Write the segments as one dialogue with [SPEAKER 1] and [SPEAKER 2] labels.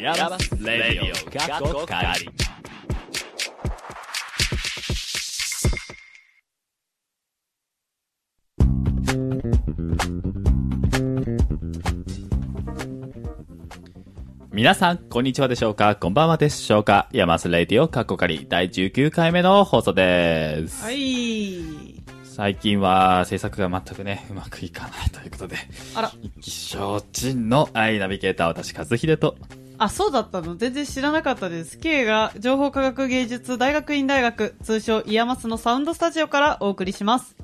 [SPEAKER 1] ヤバスレディオ過去仮皆さん、こんにちはでしょうかこんばんはでしょうかヤマスレディオ過去仮第19回目の放送です。
[SPEAKER 2] はい。
[SPEAKER 1] 最近は制作が全くね、うまくいかないということで、
[SPEAKER 2] あら、
[SPEAKER 1] 一気承知の愛ナビゲーター私、和秀と、
[SPEAKER 2] あ、そうだったの全然知らなかったです。K が情報科学芸術大学院大学、通称イヤマスのサウンドスタジオからお送りします。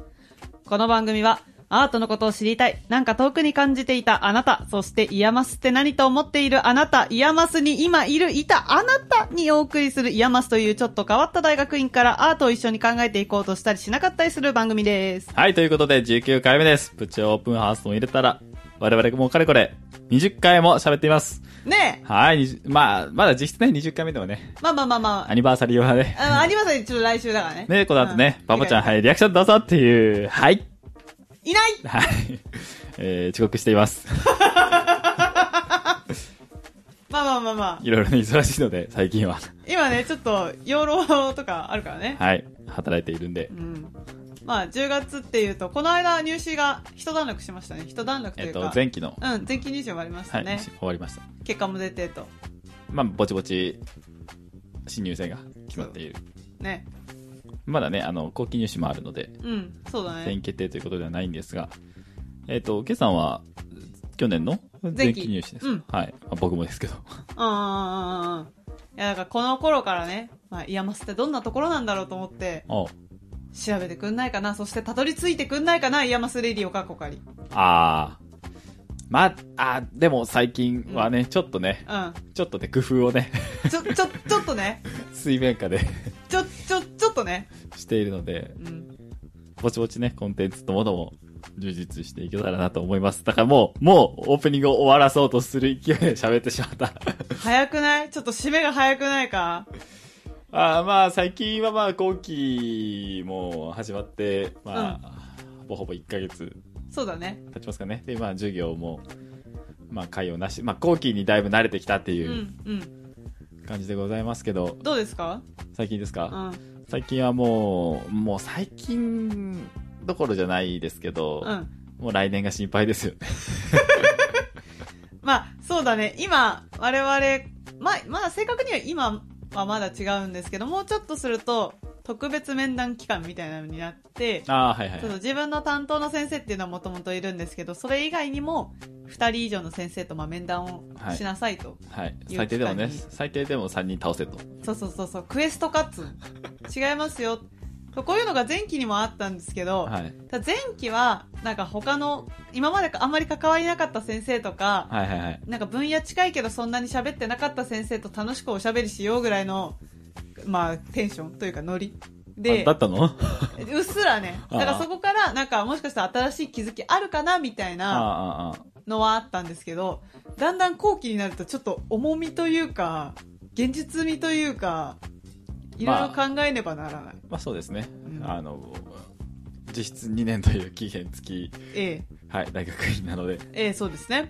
[SPEAKER 2] この番組は、アートのことを知りたい、なんか遠くに感じていたあなた、そしてイヤマスって何と思っているあなた、イヤマスに今いるいたあなたにお送りするイヤマスというちょっと変わった大学院からアートを一緒に考えていこうとしたりしなかったりする番組です。
[SPEAKER 1] はい、ということで19回目です。プチオープンハウスも入れたら、我々もかれこれ20回も喋っています。
[SPEAKER 2] ね
[SPEAKER 1] はい、20まあ、まだ実質ね、20回目でもね
[SPEAKER 2] え、、まあまあまあま
[SPEAKER 1] アニバーサリーは ね、
[SPEAKER 2] あ、あありますね、ちょっと来週だからね。
[SPEAKER 1] ね、この後ね
[SPEAKER 2] う、ん
[SPEAKER 1] パパちゃん、はい、リアクションどうぞっていう、はい、
[SPEAKER 2] いない
[SPEAKER 1] はい、えー、遅刻しています。
[SPEAKER 2] まあまあまあまあ。
[SPEAKER 1] いろいろね、忙しいので、最近は。
[SPEAKER 2] 今ね、ちょっと、養老とかあるからね。
[SPEAKER 1] はい、働いているんで
[SPEAKER 2] う。ん。まあ、10月っていうと、この間入試が一段落しましたね。一段落と
[SPEAKER 1] え
[SPEAKER 2] い
[SPEAKER 1] っ
[SPEAKER 2] うか。
[SPEAKER 1] と、前期の、
[SPEAKER 2] うん、前期入試終わりまし
[SPEAKER 1] は
[SPEAKER 2] た
[SPEAKER 1] い、
[SPEAKER 2] ね。
[SPEAKER 1] 終わりました。
[SPEAKER 2] 結果も出てと。
[SPEAKER 1] まあ、ぼちぼち、新入生が決まっている。
[SPEAKER 2] ね。
[SPEAKER 1] まだね、あの、後期入試もあるので、
[SPEAKER 2] うん、そうだ
[SPEAKER 1] 全
[SPEAKER 2] ね。
[SPEAKER 1] 員決定ということではないんですが、えっ、と、ケイさんは、去年の前
[SPEAKER 2] 前期
[SPEAKER 1] 期入試ですか。
[SPEAKER 2] うん
[SPEAKER 1] はい。まあ僕もですけど。
[SPEAKER 2] うん、うん、うん、うん。いや、だからこの頃からね、まあ、イヤマスってどんなところなんだろうと思って、
[SPEAKER 1] お
[SPEAKER 2] 調べてくんないかな、そしてたどり着いてくんないかな、イヤマスレディオかこかり。
[SPEAKER 1] あー。まあ、あーでも最近はね、ちょっとね、
[SPEAKER 2] うん。
[SPEAKER 1] ちょっとね、工夫をね、
[SPEAKER 2] ちょ、ちょ、ちょっとね。
[SPEAKER 1] 水面下で
[SPEAKER 2] ちょ、ちょ、ちょっとね。
[SPEAKER 1] しているので、
[SPEAKER 2] うん。
[SPEAKER 1] ぼちぼちね、コンテンツともども充実していけたらなと思います。だからもう、もうオープニングを終わらそうとする勢いで 喋ってしまった。
[SPEAKER 2] 早くないちょっと締めが早くないか
[SPEAKER 1] あーまあ最近はまあ後期も始まってまあ、ほぼほぼ1ヶ月
[SPEAKER 2] そうだね。
[SPEAKER 1] 経ちますかねでまあ授業もまあ会をなしまあ後期にだいぶ慣れてきたって
[SPEAKER 2] う、
[SPEAKER 1] いうん
[SPEAKER 2] うん。
[SPEAKER 1] 感じでございますけど、
[SPEAKER 2] どうですか
[SPEAKER 1] 最近です
[SPEAKER 2] う
[SPEAKER 1] か、
[SPEAKER 2] ん。
[SPEAKER 1] 最近はもうもう最近どころじゃないですけど、
[SPEAKER 2] うん。
[SPEAKER 1] もう来年が心配ですよ ね
[SPEAKER 2] まあ、そうだね。今、我々、まあ、まあ、正確には今はまだ違うんですけど、もうちょっとすると、特別面談期間みたいなのになって、
[SPEAKER 1] ああはいはい
[SPEAKER 2] ちょっと自分の担当の先生っていうのはもともといるんですけど、それ以外にも、二人以上の先生とまあ面談をしなさいと。
[SPEAKER 1] はい
[SPEAKER 2] 期間
[SPEAKER 1] 最
[SPEAKER 2] に
[SPEAKER 1] 低でもね最低でも3人倒せと
[SPEAKER 2] そうそうそうそう、クエストかつ。違いますよ。そうこういうのが前期にもあったんですけど、
[SPEAKER 1] はい
[SPEAKER 2] ただ前期は、なんか他の、今まであんまり関わりなかった先生とか、
[SPEAKER 1] はいはいはい
[SPEAKER 2] なんか分野近いけどそんなに喋ってなかった先生と楽しくおしゃべりしようぐらいの、まあ、テンションというかノリ。
[SPEAKER 1] あ
[SPEAKER 2] で
[SPEAKER 1] だ、ったの
[SPEAKER 2] うっすらね。
[SPEAKER 1] ああ
[SPEAKER 2] だからそこから、なんかもしかしたら新しい気づきあるかなみたい
[SPEAKER 1] あ
[SPEAKER 2] な
[SPEAKER 1] ああーあー
[SPEAKER 2] のはあったんですけど、だんだん後期になるとちょっと重みというか、現実味というか、いろいろ考えねばならない。
[SPEAKER 1] まあそうですね、
[SPEAKER 2] うん
[SPEAKER 1] あの実質2年という期限付き、
[SPEAKER 2] え
[SPEAKER 1] はい、大学院なので、
[SPEAKER 2] え、ええ、そうですね。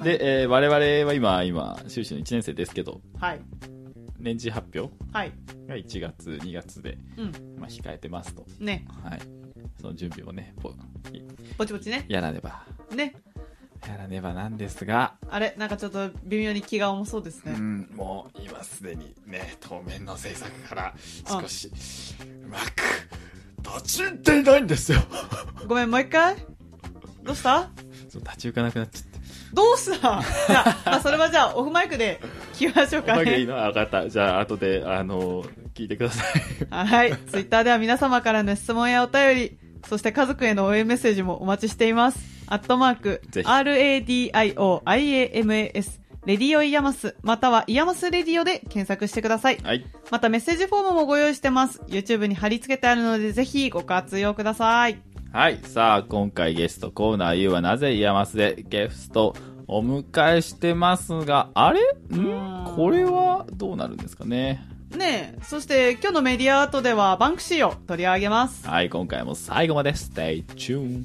[SPEAKER 2] まあ、
[SPEAKER 1] で、えー我々は今今修士の1年生ですけど
[SPEAKER 2] はい。
[SPEAKER 1] 年次発表
[SPEAKER 2] はい。
[SPEAKER 1] が1月2月で、
[SPEAKER 2] うん。
[SPEAKER 1] まあ、控えてますと、
[SPEAKER 2] ね。
[SPEAKER 1] はい、その準備をねぼい
[SPEAKER 2] ぼちぼちね。
[SPEAKER 1] やらねば
[SPEAKER 2] ね。
[SPEAKER 1] やらねばなんですが、
[SPEAKER 2] あれ、なんかちょっと微妙に気が重そうです
[SPEAKER 1] う
[SPEAKER 2] ね。
[SPEAKER 1] ん、もう今すでにね当面の政策から
[SPEAKER 2] あ
[SPEAKER 1] 少しうまく立ち入っていないんですよ
[SPEAKER 2] ごめん、もう一回どうした
[SPEAKER 1] そう立ち行かなくなっちゃって
[SPEAKER 2] どうしたじ ゃあ、まあ、それはじゃあ、オフマイクで聞きましょう
[SPEAKER 1] お
[SPEAKER 2] か
[SPEAKER 1] まけいい
[SPEAKER 2] ね。
[SPEAKER 1] のあ分かった。じゃあ、後で、あの、聞いてください。
[SPEAKER 2] はい。ツイッターでは皆様からの質問やお便り、そして家族への応援メッセージもお待ちしています。アットマーク、
[SPEAKER 1] ぜひ
[SPEAKER 2] RADIOIAMAS、レディオイヤマス、またはイヤマスレディオで検索してください。
[SPEAKER 1] はい。
[SPEAKER 2] またメッセージフォームもご用意してます。YouTube に貼り付けてあるので、ぜひご活用ください。
[SPEAKER 1] はい。さあ、今回ゲストコーナー U はなぜイヤマスでゲストお迎えしてますが、あれん
[SPEAKER 2] ん
[SPEAKER 1] これはどうなるんですかね
[SPEAKER 2] ねえ、そして今日のメディアアートではバンクシーを取り上げます。
[SPEAKER 1] はい、今回も最後まで Stay tuned!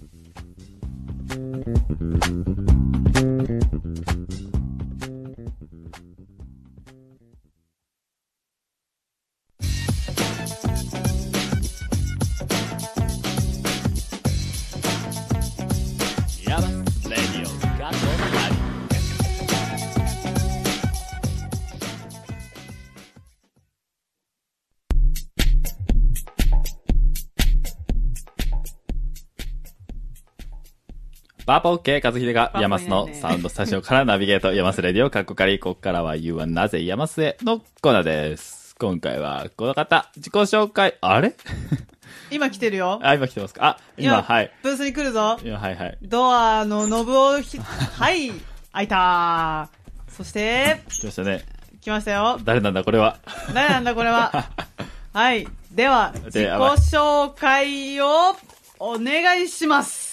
[SPEAKER 1] パパオッケー、和秀が
[SPEAKER 2] パパいない
[SPEAKER 1] 山須
[SPEAKER 2] ね
[SPEAKER 1] のサウンドスタジオからナビゲート、山須レディオ、かっこかり、ここからは You はなぜ山須へのコーナーです。今回はこの方、自己紹介、あれ
[SPEAKER 2] 今来てるよ。
[SPEAKER 1] あ、今来てますかあ、今、はい。。
[SPEAKER 2] ブースに来るぞ。
[SPEAKER 1] 今、はいはい。
[SPEAKER 2] ドアのノブをひ、はい、開いたそして、
[SPEAKER 1] 来ましたね。
[SPEAKER 2] 来ましたよ。
[SPEAKER 1] 誰なんだ、これは。
[SPEAKER 2] 誰なんだこれ は。はい。では、自己
[SPEAKER 1] やばい
[SPEAKER 2] 紹介をお願いし ます。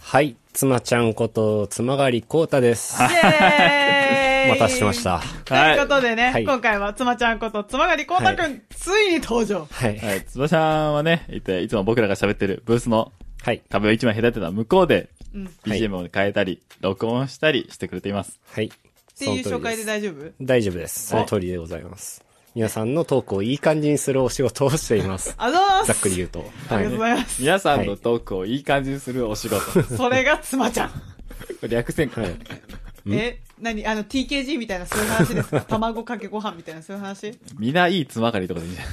[SPEAKER 3] はい、妻ちゃんこと、妻狩りこうたです。
[SPEAKER 2] イェーイ
[SPEAKER 3] お待たせしまし。た。
[SPEAKER 2] ということでね、
[SPEAKER 3] はい
[SPEAKER 2] 今回は妻ちゃんこと妻狩りこうたくん、
[SPEAKER 3] は
[SPEAKER 2] ついに登場。
[SPEAKER 3] はい。
[SPEAKER 1] はい、つばちゃんはね、いて、いつも僕らが喋ってるブースの
[SPEAKER 3] はい。
[SPEAKER 1] 壁を一枚隔てた向こうで、
[SPEAKER 2] うん。っ
[SPEAKER 3] はい
[SPEAKER 1] BGM を変えたり、録音したりしてくれています。
[SPEAKER 3] はい。
[SPEAKER 2] ていう紹介
[SPEAKER 3] その通り
[SPEAKER 2] です大丈夫
[SPEAKER 3] 大丈夫です。そ
[SPEAKER 1] はい
[SPEAKER 3] の通りでございます。皆さんのトークをいい感じにするお仕事をしています。
[SPEAKER 2] ありがとうございます。
[SPEAKER 3] ざっくり言うと。
[SPEAKER 2] あ
[SPEAKER 3] は
[SPEAKER 2] りが
[SPEAKER 3] い
[SPEAKER 2] とう。ございます。
[SPEAKER 1] 皆さんのトークをいい感じにするお仕事。こ
[SPEAKER 2] それが妻ちゃん。
[SPEAKER 1] れ略せんか。
[SPEAKER 3] はい
[SPEAKER 2] え、何あの、TKG みたいなそういう話ですか卵かけご飯みたいなそういう話
[SPEAKER 1] みないいつまがりとかでいいじゃん。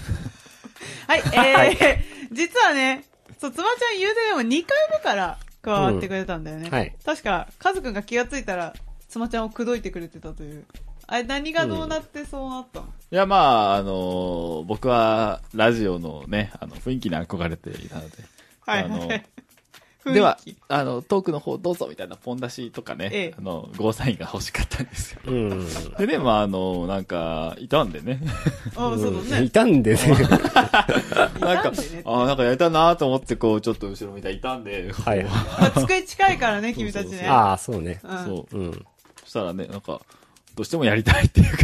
[SPEAKER 2] はい、えー、 実はね、そう、妻ちゃん言うてでも2回目から加わってくれたんだよね。
[SPEAKER 3] うんはい
[SPEAKER 2] 確か、カズくんが気がついたら、妻ちゃんを口説いてくれてたという。あれ、何がどうなってそうなったの、
[SPEAKER 1] いや、まあ、あのー僕は、ラジオのね、あの、雰囲気に憧れていたので。
[SPEAKER 2] はい、
[SPEAKER 1] あの
[SPEAKER 2] はい。雰囲気
[SPEAKER 1] では、あの、トークの方どうぞみたいなポン出しとかね、
[SPEAKER 2] ええ
[SPEAKER 1] あの、ゴーサインが欲しかったんですよ。
[SPEAKER 3] うん。
[SPEAKER 1] でね、まあ、あのなんか、いたんでね。
[SPEAKER 2] あそうだ
[SPEAKER 3] う ん
[SPEAKER 2] ね
[SPEAKER 3] い。たんでね。
[SPEAKER 1] なんか
[SPEAKER 2] いたんでね、
[SPEAKER 1] あなんかやりたいなと思って、こう、ちょっと後ろ見たらいたんで、
[SPEAKER 3] はい。
[SPEAKER 2] まあ、机近いからね、君たちね。
[SPEAKER 3] ああ、そうね。
[SPEAKER 2] うん
[SPEAKER 1] そう。
[SPEAKER 3] うん。
[SPEAKER 1] そしたらね、なんか、どうしてもやりたいっていうか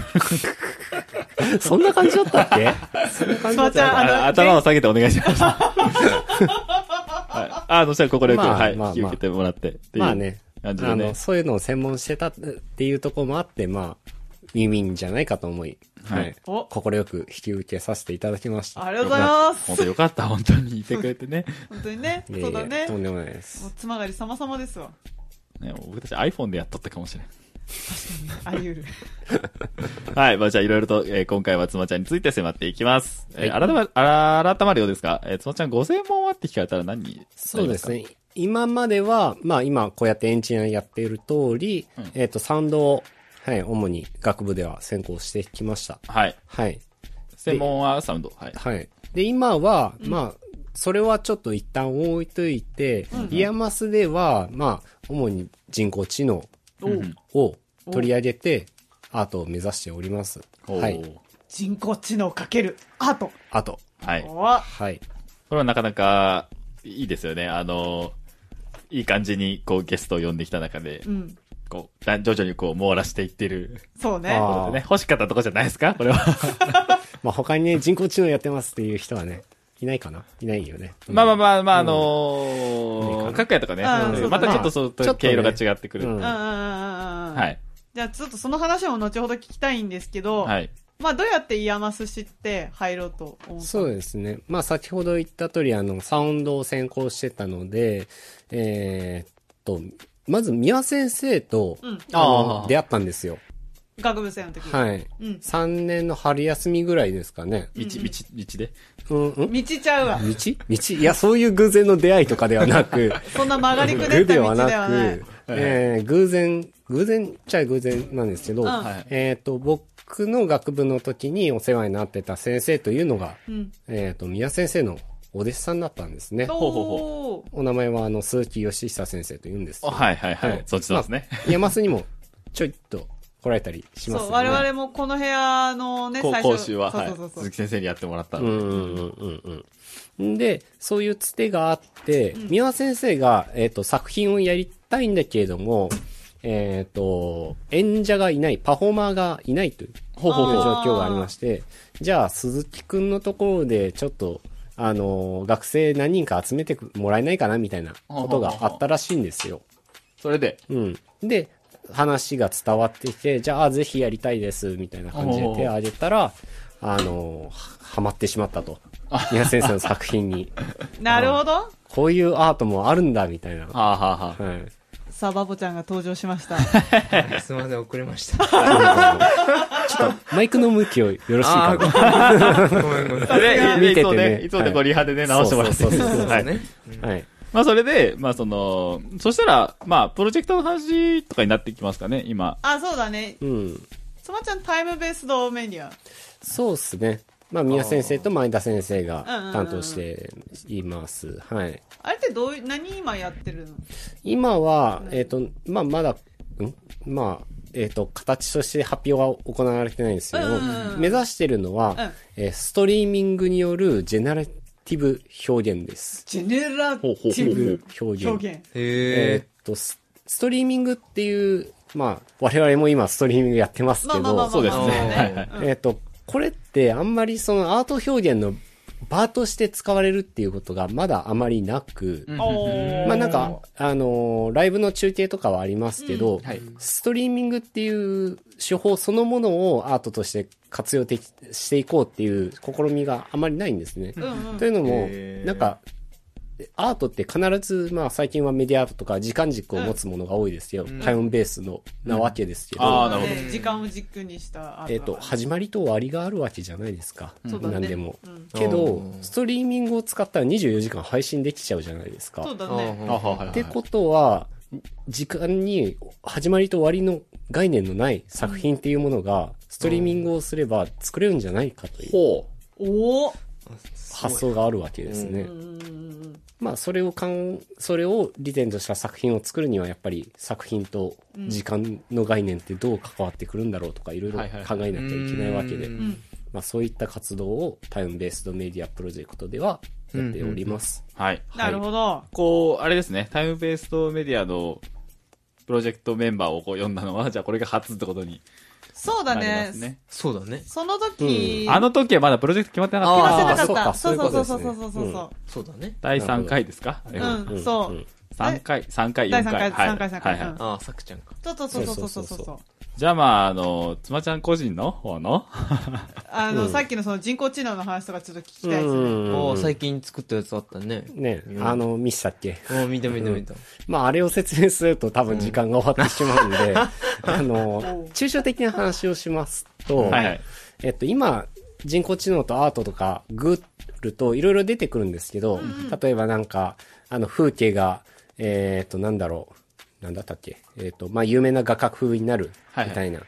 [SPEAKER 1] ら、
[SPEAKER 3] そんな感じだったっけそんな感じだ
[SPEAKER 2] 妻
[SPEAKER 3] っ
[SPEAKER 2] ちゃん、
[SPEAKER 3] た
[SPEAKER 2] あの、
[SPEAKER 1] あ頭を下げてお願いしま した。はい、あそしたら心よく、
[SPEAKER 3] まあ
[SPEAKER 1] はい、
[SPEAKER 3] まあま
[SPEAKER 1] 引
[SPEAKER 3] あ
[SPEAKER 1] き受けてもらってっていう
[SPEAKER 3] まあね。あ
[SPEAKER 1] 感じでね
[SPEAKER 3] の、。そういうのを専門してたっていうところもあって、まあ、いいんじゃないかと思い、
[SPEAKER 1] はい
[SPEAKER 3] はい。
[SPEAKER 2] お
[SPEAKER 3] 心よく引き受けさせていただきました。
[SPEAKER 2] ありがとうございます。
[SPEAKER 1] 本当よかった、本当にいてくれてね。
[SPEAKER 2] 本当にね、
[SPEAKER 3] いえいえ
[SPEAKER 2] そうだね。
[SPEAKER 3] と
[SPEAKER 2] も
[SPEAKER 3] んでもないです
[SPEAKER 2] う。妻がり様々ですわ。
[SPEAKER 1] ねもう僕たち iPhone でやっとったかもしれん。
[SPEAKER 2] あり得る。
[SPEAKER 1] はい、まあじゃあいろいろと、えー今回は妻ちゃんについて迫っていきます。えー改ま、あら改まるようですかえー妻ちゃんご専門はって聞かれたら何になりまか
[SPEAKER 3] そうです。ね。今までは、まあ今こうやってエンジニアやっている通り、
[SPEAKER 1] うん
[SPEAKER 3] えっ、と、サウンドを、はい、主に学部では専攻してきました。
[SPEAKER 1] はい。
[SPEAKER 3] はい。
[SPEAKER 1] 専門はサウンド。はい。
[SPEAKER 3] はい。で、今は、まあ、それはちょっと一旦置いといて、イヤマスでは、まあ、主に人工知能
[SPEAKER 2] おう
[SPEAKER 3] を取り上げて、アートを目指しております。
[SPEAKER 1] おー
[SPEAKER 3] はい。
[SPEAKER 2] 人工知能かけるアート。
[SPEAKER 3] アート。
[SPEAKER 1] はい。こ
[SPEAKER 2] おわ
[SPEAKER 3] はい。
[SPEAKER 1] れはなかなかいいですよね。あのーいい感じにこうゲストを呼んできた中で
[SPEAKER 2] う、ん。
[SPEAKER 1] こう、だ徐々にこう網羅していってる。
[SPEAKER 2] そうね。
[SPEAKER 3] あー
[SPEAKER 1] ね、欲しかったとこじゃないです かこれは。
[SPEAKER 3] まあ他にね、人工知能やってますっていう人はね、いないかないないよね。
[SPEAKER 1] まあまあ
[SPEAKER 3] あ。
[SPEAKER 1] まあまあ、あの
[SPEAKER 3] いいか
[SPEAKER 1] ー、
[SPEAKER 3] な
[SPEAKER 1] 各家とかね
[SPEAKER 2] あーそう、だ
[SPEAKER 1] またちょっとそ
[SPEAKER 3] まあちょ
[SPEAKER 1] う、
[SPEAKER 3] っとね
[SPEAKER 1] 経路が違ってくる。
[SPEAKER 3] うん
[SPEAKER 2] うんうんうんうんうん。
[SPEAKER 1] は。い。
[SPEAKER 2] じゃあちょっとその話も後ほど聞きたいんですけど、
[SPEAKER 1] はい。
[SPEAKER 2] まあどうやってイヤマス知って入ろうと思った
[SPEAKER 3] そうですね。まあ先ほど言った通り、あの、サウンドを専攻してたので、えーっと、まず宮先生と、
[SPEAKER 2] うん
[SPEAKER 3] あの
[SPEAKER 1] あー
[SPEAKER 3] 出会ったんですよ。
[SPEAKER 2] 学部生の時。
[SPEAKER 3] はい。
[SPEAKER 2] うん。
[SPEAKER 3] 3年の春休みぐらいですかね。
[SPEAKER 1] 道、道、道で。
[SPEAKER 3] うん、うん
[SPEAKER 2] 道ちゃうわ。
[SPEAKER 3] 道道いや、そういう偶然の出会いとかではなく、
[SPEAKER 2] そんな曲がりくね
[SPEAKER 3] 偶
[SPEAKER 2] った
[SPEAKER 3] で
[SPEAKER 2] 道
[SPEAKER 3] は
[SPEAKER 2] で
[SPEAKER 3] な
[SPEAKER 2] は
[SPEAKER 3] く、
[SPEAKER 2] ない。
[SPEAKER 3] えー偶然、偶然っちゃ偶然なんですけど、
[SPEAKER 2] うん
[SPEAKER 1] はい
[SPEAKER 3] えっ、と、僕の学部の時にお世話になってた先生というのが、
[SPEAKER 2] うん。
[SPEAKER 3] えっ、と、宮先生のお弟子さんだったんですね。
[SPEAKER 1] ほうほう
[SPEAKER 2] ほ
[SPEAKER 3] お名前は、あの、鈴木義久先生というんですけ
[SPEAKER 1] あ
[SPEAKER 3] ど。
[SPEAKER 1] はいはいは
[SPEAKER 3] はい
[SPEAKER 1] い。そっちなんですね。
[SPEAKER 3] まあ山須にも、ちょいっと来られたりします
[SPEAKER 2] そう、
[SPEAKER 3] よね。
[SPEAKER 2] 我々もこの部屋のね、
[SPEAKER 1] こう
[SPEAKER 2] 最初。
[SPEAKER 1] 講習は、はい
[SPEAKER 2] そうそう。そうそ
[SPEAKER 1] 鈴
[SPEAKER 2] う。
[SPEAKER 1] 木先生にやってもらった
[SPEAKER 3] う
[SPEAKER 1] の
[SPEAKER 3] ん
[SPEAKER 1] で。
[SPEAKER 3] うんうんうんうん。で、そういうつてがあって、三輪先生が、えっ、と、作品をやりたいんだけれども、えっ、と、演者がいない、パフォーマーがいないという、
[SPEAKER 1] ほうほう
[SPEAKER 3] い
[SPEAKER 1] ほ
[SPEAKER 3] う
[SPEAKER 1] う。
[SPEAKER 3] 状況がありまして、じゃあ、鈴木くんのところで、ちょっと、あの、学生何人か集めてもらえないかな、みたいなことがあったらしいんですよ。
[SPEAKER 1] それで、
[SPEAKER 3] うん。で、話が伝わってきて、じゃあ、ぜひやりたいです、みたいな感じで手を挙げたら、あの、ははまってしまったと。宮先生の作品 に。
[SPEAKER 2] なるほど。
[SPEAKER 3] こういうアートもあるんだ、みたいな。は
[SPEAKER 1] はあはあは あ。
[SPEAKER 3] い。
[SPEAKER 2] さあ、バボちゃんが登場しました。
[SPEAKER 4] すみません、遅れました。
[SPEAKER 3] ちょっと、マイクの向きをよろしいかな。
[SPEAKER 4] ごめんごめん。
[SPEAKER 1] で、
[SPEAKER 3] 見
[SPEAKER 1] いつ
[SPEAKER 3] ててね
[SPEAKER 1] もね、いつもね、こう
[SPEAKER 3] はい
[SPEAKER 1] リハでね、直してもらって。
[SPEAKER 3] そうそうそうそう
[SPEAKER 4] そう
[SPEAKER 1] は
[SPEAKER 4] で
[SPEAKER 1] い
[SPEAKER 4] すね。
[SPEAKER 3] はい。
[SPEAKER 1] まあそれで、まあその、そしたら、まあプロジェクトの話とかになってきますかね、今。
[SPEAKER 2] あ、そうだね。
[SPEAKER 3] うん。
[SPEAKER 2] つまちゃんタイムベースドメニュー。
[SPEAKER 3] そうですね。まあ、宮先生と前田先生が
[SPEAKER 2] うんうんうん
[SPEAKER 3] 担当しています。はい。
[SPEAKER 2] あれってどういう、何今やってるの
[SPEAKER 3] 今は、えっ、と、まあ、まだ、んまあ、えっ、と、形として発表は行われてないんですけど、
[SPEAKER 2] うんうんうん
[SPEAKER 3] 目指してるのは、えーストリーミングによるジェネラティブ表現です。
[SPEAKER 2] ジェネラテ
[SPEAKER 1] ほうほうほ
[SPEAKER 2] ィブ
[SPEAKER 1] う
[SPEAKER 3] 表現。
[SPEAKER 2] 表現。
[SPEAKER 4] へ
[SPEAKER 3] え
[SPEAKER 4] え
[SPEAKER 3] っとス、ストリーミングっていう、まあ、我々も今ストリーミングやってますけ
[SPEAKER 2] ま
[SPEAKER 3] ど、
[SPEAKER 2] あまあまあまあまあ。
[SPEAKER 1] そうですね
[SPEAKER 4] はい
[SPEAKER 1] はい
[SPEAKER 2] うん
[SPEAKER 3] えっ、と、これってあんまりそのアート表現の場として使われるっていうことがまだあまりなく、
[SPEAKER 4] うん
[SPEAKER 2] おー
[SPEAKER 3] まあなんか、あのーライブの中継とかはありますけど、
[SPEAKER 2] うん
[SPEAKER 4] はい
[SPEAKER 3] ストリーミングっていう手法そのものをアートとして活用的していこうっていう試みがあまりないんですね。
[SPEAKER 2] うんうん
[SPEAKER 3] というのも
[SPEAKER 1] へ、ー
[SPEAKER 3] なんか、アートって必ず、まあ最近はメディアアートとか時間軸を持つものが多いですよ。
[SPEAKER 4] うん
[SPEAKER 3] タイムベースの、なわけですけど。
[SPEAKER 1] あーなるほど
[SPEAKER 2] ね時間を軸にした後だから。
[SPEAKER 3] えっ、と、始まりと終わりがあるわけじゃないですか。
[SPEAKER 2] そうだね
[SPEAKER 3] 何でも。
[SPEAKER 2] うん
[SPEAKER 3] けど
[SPEAKER 4] う、ん
[SPEAKER 3] ストリーミングを使ったら24時間配信できちゃうじゃないですか。
[SPEAKER 2] そうだ
[SPEAKER 4] あ
[SPEAKER 2] ね。
[SPEAKER 1] あは
[SPEAKER 4] はい
[SPEAKER 1] はい
[SPEAKER 3] ってことは、時間に始まりと終わりの概念のない作品っていうものが、ストリーミングをすれば作れるんじゃないかという
[SPEAKER 1] ほ
[SPEAKER 2] おお。
[SPEAKER 3] 発想があるわけですね。
[SPEAKER 2] うんうんうんうん
[SPEAKER 3] まあ、それをかん、それを利点とした作品を作るには、やっぱり作品と時間の概念ってどう関わってくるんだろうとか、いろいろ考えなきゃいけないわけで、
[SPEAKER 4] うん
[SPEAKER 2] うん
[SPEAKER 3] まあ、そういった活動をタイムベースドメディアプロジェクトではやっております。
[SPEAKER 1] う。はい。
[SPEAKER 2] なるほど。
[SPEAKER 1] こう、あれですね、タイムベースドメディアのプロジェクトメンバーをこう読んだのは、じゃあこれが初ってことに
[SPEAKER 2] そうだ
[SPEAKER 1] なりま
[SPEAKER 2] ね
[SPEAKER 1] す。ね。
[SPEAKER 4] そうだね
[SPEAKER 2] その時、
[SPEAKER 1] あの時はまだプロジェクト決まってなか
[SPEAKER 2] 決
[SPEAKER 1] った。
[SPEAKER 2] まって
[SPEAKER 3] あー
[SPEAKER 2] なかった。
[SPEAKER 3] そ
[SPEAKER 2] そうう
[SPEAKER 3] か
[SPEAKER 2] そうそう
[SPEAKER 3] そ
[SPEAKER 2] そうう
[SPEAKER 3] いう
[SPEAKER 2] そ
[SPEAKER 3] こ
[SPEAKER 2] う
[SPEAKER 3] と
[SPEAKER 2] そう
[SPEAKER 3] で
[SPEAKER 2] そうそう。
[SPEAKER 3] すね
[SPEAKER 4] そうだね
[SPEAKER 1] 第3回ですか
[SPEAKER 4] なるほど
[SPEAKER 2] うん、そう。
[SPEAKER 1] 3回、3回、
[SPEAKER 2] 第
[SPEAKER 1] 4
[SPEAKER 2] 三
[SPEAKER 1] 回。
[SPEAKER 2] 回
[SPEAKER 1] はい
[SPEAKER 2] 三回三回
[SPEAKER 1] はいはい
[SPEAKER 2] うん
[SPEAKER 4] ああさくちゃんか
[SPEAKER 2] そうそうそうそうそうそう
[SPEAKER 3] そうそうそ
[SPEAKER 2] そうう。
[SPEAKER 1] じゃあまあ、あの、つまちゃん個人の方の、
[SPEAKER 2] あ
[SPEAKER 3] う
[SPEAKER 2] の、
[SPEAKER 3] ん
[SPEAKER 2] さっきのその人工知能の話とかちょっと聞きたいですね。
[SPEAKER 4] ああ
[SPEAKER 3] うん。
[SPEAKER 4] 最近作ったやつあったね
[SPEAKER 3] ね
[SPEAKER 4] う、ん
[SPEAKER 3] あの、見したっけ
[SPEAKER 4] ああ見た見た見た
[SPEAKER 3] まあ、あれを説明すると多分時間が終わってしまうんで、 あの、抽象的な話をしますと、
[SPEAKER 1] はいはい。
[SPEAKER 3] えっと、今、人工知能とアートとか、グルといろいろ出てくるんですけど、例えばなんか、あの、風景が、えっと、なんだろう、なんだったっけ、えっと、まあ、有名な画家風になる、みたいな、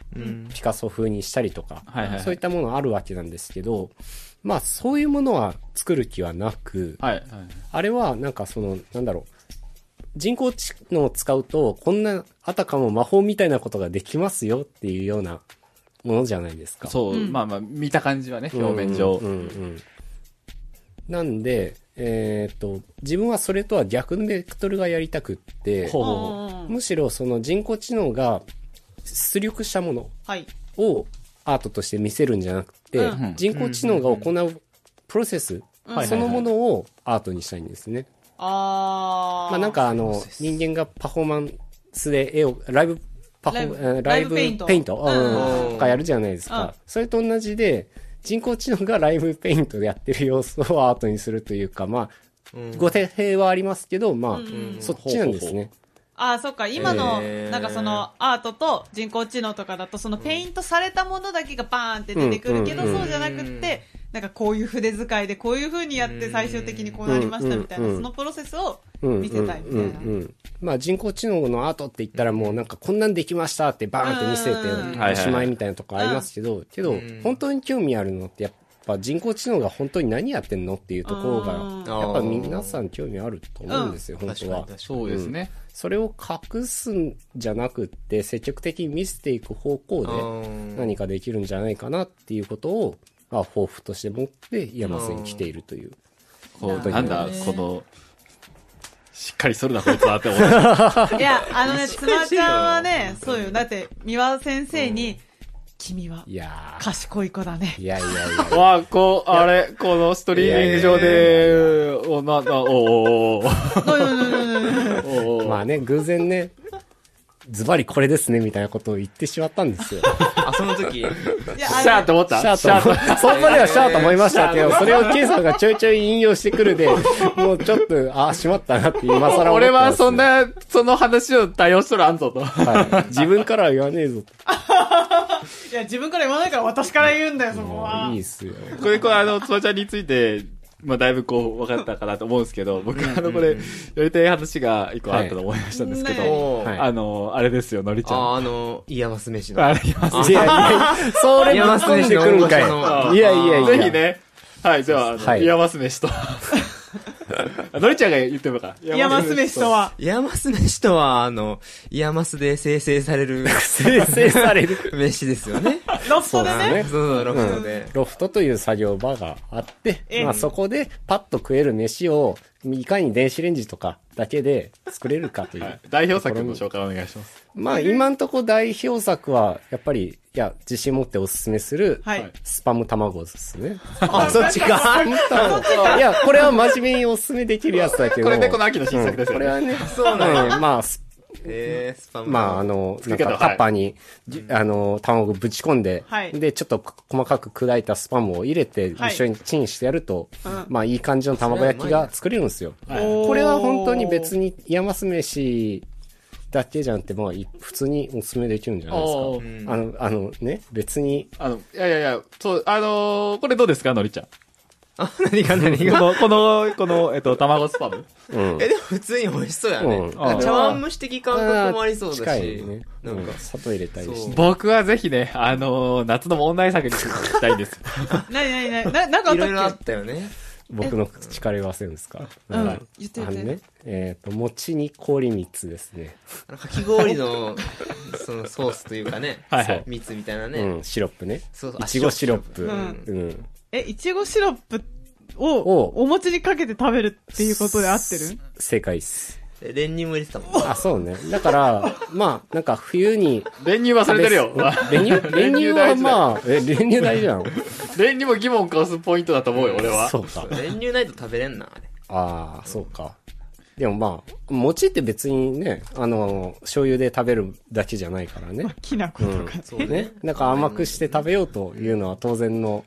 [SPEAKER 3] ピカソ風にしたりとか、
[SPEAKER 1] はいはいはい
[SPEAKER 3] そういったものあるわけなんですけど、まあ、そういうものは作る気はなく、
[SPEAKER 1] はい。はい
[SPEAKER 3] あれは、なんかその、なんだろう。人工知能を使うと、こんな、あたかも魔法みたいなことができますよっていうようなものじゃないですか。
[SPEAKER 1] そう、まあまあ、見た感じはね、表面上。
[SPEAKER 3] うんうんうんなんで、えーっと、自分はそれとは逆のベクトルがやりたくって、
[SPEAKER 1] ほうほうほう。
[SPEAKER 2] うんうんうん
[SPEAKER 3] むしろその人工知能が出力したもの
[SPEAKER 2] はい。
[SPEAKER 3] をアートとして見せるんじゃなくて、
[SPEAKER 2] うん
[SPEAKER 3] 人工知能が行うプロセス、
[SPEAKER 2] うん
[SPEAKER 3] そのものをアートにしたいんですね。
[SPEAKER 2] あー。
[SPEAKER 3] まあなん、かあの、人間がパフォーマンスで絵を、ライブパフォー、え
[SPEAKER 2] ラ
[SPEAKER 3] ーラ
[SPEAKER 2] イ
[SPEAKER 3] イ
[SPEAKER 2] ブ
[SPEAKER 3] ブ
[SPEAKER 2] ペイント
[SPEAKER 3] ペイント
[SPEAKER 2] うん
[SPEAKER 3] うんとかやるじゃないで
[SPEAKER 2] うん
[SPEAKER 3] すか。それと同じで、人工知能がライブペイントでやってる様子をアートにするというか、まあ、ご手弊はありますけど、まあ、そっちなんですね。
[SPEAKER 2] あー、そっか、今の、
[SPEAKER 4] えー
[SPEAKER 2] なんかその、アートと人工知能とかだと、そのペイントされたものだけがバーンって出てくるけど、
[SPEAKER 3] うんうん
[SPEAKER 2] そうじゃなくって、なんかこういう筆遣いで、こういう風にやって最終的にこうなりましたみたいな、
[SPEAKER 3] うんうん
[SPEAKER 2] そのプロセスを
[SPEAKER 3] うん
[SPEAKER 2] 見せたいみたいな。
[SPEAKER 3] うんうんうんまあ人工知能のアートって言ったらもうなんかこんなんできましたってバーンって見せ
[SPEAKER 2] うん
[SPEAKER 1] うん
[SPEAKER 3] ておしまいみたいなとこありますけど、けど
[SPEAKER 4] ん
[SPEAKER 3] 本当に興味あるのってやっぱ人工知能が本当に何やってんのっていうところが
[SPEAKER 4] うん
[SPEAKER 3] やっぱ皆さん興味あると思うんですよ、本
[SPEAKER 4] 確
[SPEAKER 3] 当
[SPEAKER 4] かに
[SPEAKER 3] は
[SPEAKER 4] 確。かに
[SPEAKER 1] そうですね。
[SPEAKER 3] それを隠すんじゃなくって積極的に見せていく方向
[SPEAKER 4] あ
[SPEAKER 3] で
[SPEAKER 4] ー
[SPEAKER 3] 何かできるんじゃないかなっていうことを、まあ、抱負として持って山瀬に来ているという。
[SPEAKER 1] こ
[SPEAKER 2] なるほ
[SPEAKER 1] う、
[SPEAKER 2] ど
[SPEAKER 1] なん
[SPEAKER 2] ね
[SPEAKER 1] だ、この、しっかりするな、こいつはって思 った。
[SPEAKER 2] いや、あのね、つまちゃんはね、そうよ。だって、三輪先生に、君はい
[SPEAKER 3] や
[SPEAKER 2] 賢い子だね
[SPEAKER 3] ー。い。やいやいや。
[SPEAKER 1] わあ、こう、あれ、このストリーミング上で、おな、な、おーおーおー
[SPEAKER 2] どういうどういうどういう
[SPEAKER 1] おーおー
[SPEAKER 3] まあね、偶然ね、ズバリこれですね、みたいなことを言ってしまったんですよ。
[SPEAKER 4] あその 時
[SPEAKER 2] いや、
[SPEAKER 1] シャー
[SPEAKER 2] あ
[SPEAKER 1] って思った
[SPEAKER 3] シャーと、そんまではシャーと思いましたけど、それを K さんがちょいちょい引用してくるで、もうちょっと、ああ、しまったなって今更思っ
[SPEAKER 1] 俺
[SPEAKER 3] てま
[SPEAKER 1] は
[SPEAKER 3] す
[SPEAKER 1] そんな、その話を対応しとらんぞと。
[SPEAKER 3] はい自分からは言わねえぞと。
[SPEAKER 2] のいや、自分から言わないから私から言うんだよ、そこ
[SPEAKER 3] も
[SPEAKER 2] は。
[SPEAKER 3] ういいっすよ。
[SPEAKER 1] これ、これ、あの、つばちゃんについて、まあ、だいぶこう、分かったかなと思うんですけど、僕、あの、これ、やりたい話が一個あったと思いましたんですけ
[SPEAKER 2] はい
[SPEAKER 1] ど、
[SPEAKER 4] おー
[SPEAKER 3] は
[SPEAKER 4] はいい。
[SPEAKER 1] あの、あれですよ、のりちゃん。
[SPEAKER 4] あ、あの、イヤマス飯の。
[SPEAKER 1] あります。
[SPEAKER 3] いやいや、それぶっ込んでくるんかい。いやいやいや。
[SPEAKER 1] ぜひね。はい、じゃあ、あ
[SPEAKER 3] は
[SPEAKER 1] の、
[SPEAKER 3] い
[SPEAKER 1] イヤマス飯と。のりちゃんが言ってもらうか。イ
[SPEAKER 2] イヤマス飯と。は。
[SPEAKER 4] イヤマス飯とは、あの、イヤマスで生成される
[SPEAKER 3] 生成される。
[SPEAKER 4] 飯ですよね。
[SPEAKER 2] ロフトで
[SPEAKER 3] そうだ
[SPEAKER 2] ね。
[SPEAKER 3] ね
[SPEAKER 4] そうそう、ロフトで。
[SPEAKER 3] ロフトという作業場があって
[SPEAKER 2] え、え
[SPEAKER 3] まあそこでパッと食える飯を、いかに電子レンジとかだけで作れるかとい。
[SPEAKER 1] はいう代表作の紹介お願いします。
[SPEAKER 3] まあ今んとこ代表作は、やっぱり、いや、自信持っておすすめする、
[SPEAKER 2] はい。
[SPEAKER 3] スパム卵ですね。
[SPEAKER 4] あ、そっちか。
[SPEAKER 3] いや、これは真面目におすすめできるやつだけど。
[SPEAKER 1] これね、この秋の新作ですよ
[SPEAKER 3] これ
[SPEAKER 1] ね。
[SPEAKER 3] はね、
[SPEAKER 4] そうなんや。
[SPEAKER 3] うんまあ、す
[SPEAKER 4] えー、スパム。
[SPEAKER 3] まあ、あ、の、なん
[SPEAKER 1] り方
[SPEAKER 3] かタッパーに、じあの、卵ぶち込んで、
[SPEAKER 2] はい
[SPEAKER 3] で、ちょっと細かく砕いたスパムを入れて、
[SPEAKER 2] はい
[SPEAKER 3] 一緒にチンしてやると、
[SPEAKER 2] うん
[SPEAKER 3] まあ、いい感じの卵焼きが作れるんですよ。
[SPEAKER 1] はい
[SPEAKER 2] おー
[SPEAKER 3] これは本当に別に、山す飯だけじゃなくて、まあ、い普通におすすめできるんじゃないですか。
[SPEAKER 1] おー
[SPEAKER 4] うん
[SPEAKER 3] あの、あのね、別に、
[SPEAKER 1] あの、いやいやいや、そう、あのーこれどうですか、のりちゃん。
[SPEAKER 4] あ、何が何
[SPEAKER 1] こ
[SPEAKER 4] が。
[SPEAKER 1] の、この、この、えっと、卵スパム。
[SPEAKER 3] うん。
[SPEAKER 4] え、でも普通に美味しそうや
[SPEAKER 3] うん
[SPEAKER 4] ね。なんか茶碗蒸し的感覚もありそうだ
[SPEAKER 3] 近い
[SPEAKER 4] し
[SPEAKER 3] よね。。
[SPEAKER 4] な
[SPEAKER 3] なんん
[SPEAKER 4] か
[SPEAKER 3] か、、砂糖入れたりして。
[SPEAKER 1] 僕はぜひね、あのー夏の問題作にしたいん です。
[SPEAKER 2] なになになにな、なんかあ
[SPEAKER 4] いろいろ
[SPEAKER 2] っ
[SPEAKER 4] あ
[SPEAKER 2] たっ
[SPEAKER 4] っ
[SPEAKER 2] け
[SPEAKER 4] たよね。
[SPEAKER 3] 僕の口から言わせるんですか。
[SPEAKER 2] うん
[SPEAKER 3] はい
[SPEAKER 2] 言って言
[SPEAKER 3] あ
[SPEAKER 2] って
[SPEAKER 3] のね、えっ、と、餅に氷蜜ですね。
[SPEAKER 4] あのかき氷の、 そのソースというかね。
[SPEAKER 1] はいはい
[SPEAKER 4] 蜜みたいな
[SPEAKER 3] う
[SPEAKER 4] ね。
[SPEAKER 3] ん、シロップね。
[SPEAKER 4] そうそ
[SPEAKER 3] い
[SPEAKER 4] う
[SPEAKER 3] ちごシロップ。
[SPEAKER 2] う
[SPEAKER 3] うんん。
[SPEAKER 2] え、いちごシロップ
[SPEAKER 3] を
[SPEAKER 2] をお餅にかけて食べるっていうことで合ってる
[SPEAKER 3] 正解です。
[SPEAKER 4] え練乳も入れてたもん。
[SPEAKER 3] あ、そうね。だから、 まあ、なんか冬に。
[SPEAKER 1] 練乳忘れてるよ。
[SPEAKER 3] 練乳練乳は
[SPEAKER 1] 大事だよ
[SPEAKER 3] まあ、え、練乳大 事なの
[SPEAKER 1] 練乳も疑問をかすポイントだと 思うよ、俺は。
[SPEAKER 3] そうか。
[SPEAKER 4] 練乳ないと食べれんな、あれ。
[SPEAKER 3] ああ、そうか。でもまあ、餅って別にね、あの、醤油で食べるだけじゃないからね。
[SPEAKER 2] きな粉とか。
[SPEAKER 4] そう
[SPEAKER 3] ね
[SPEAKER 4] ね。。
[SPEAKER 3] なんか甘くして食べようというのは当然の、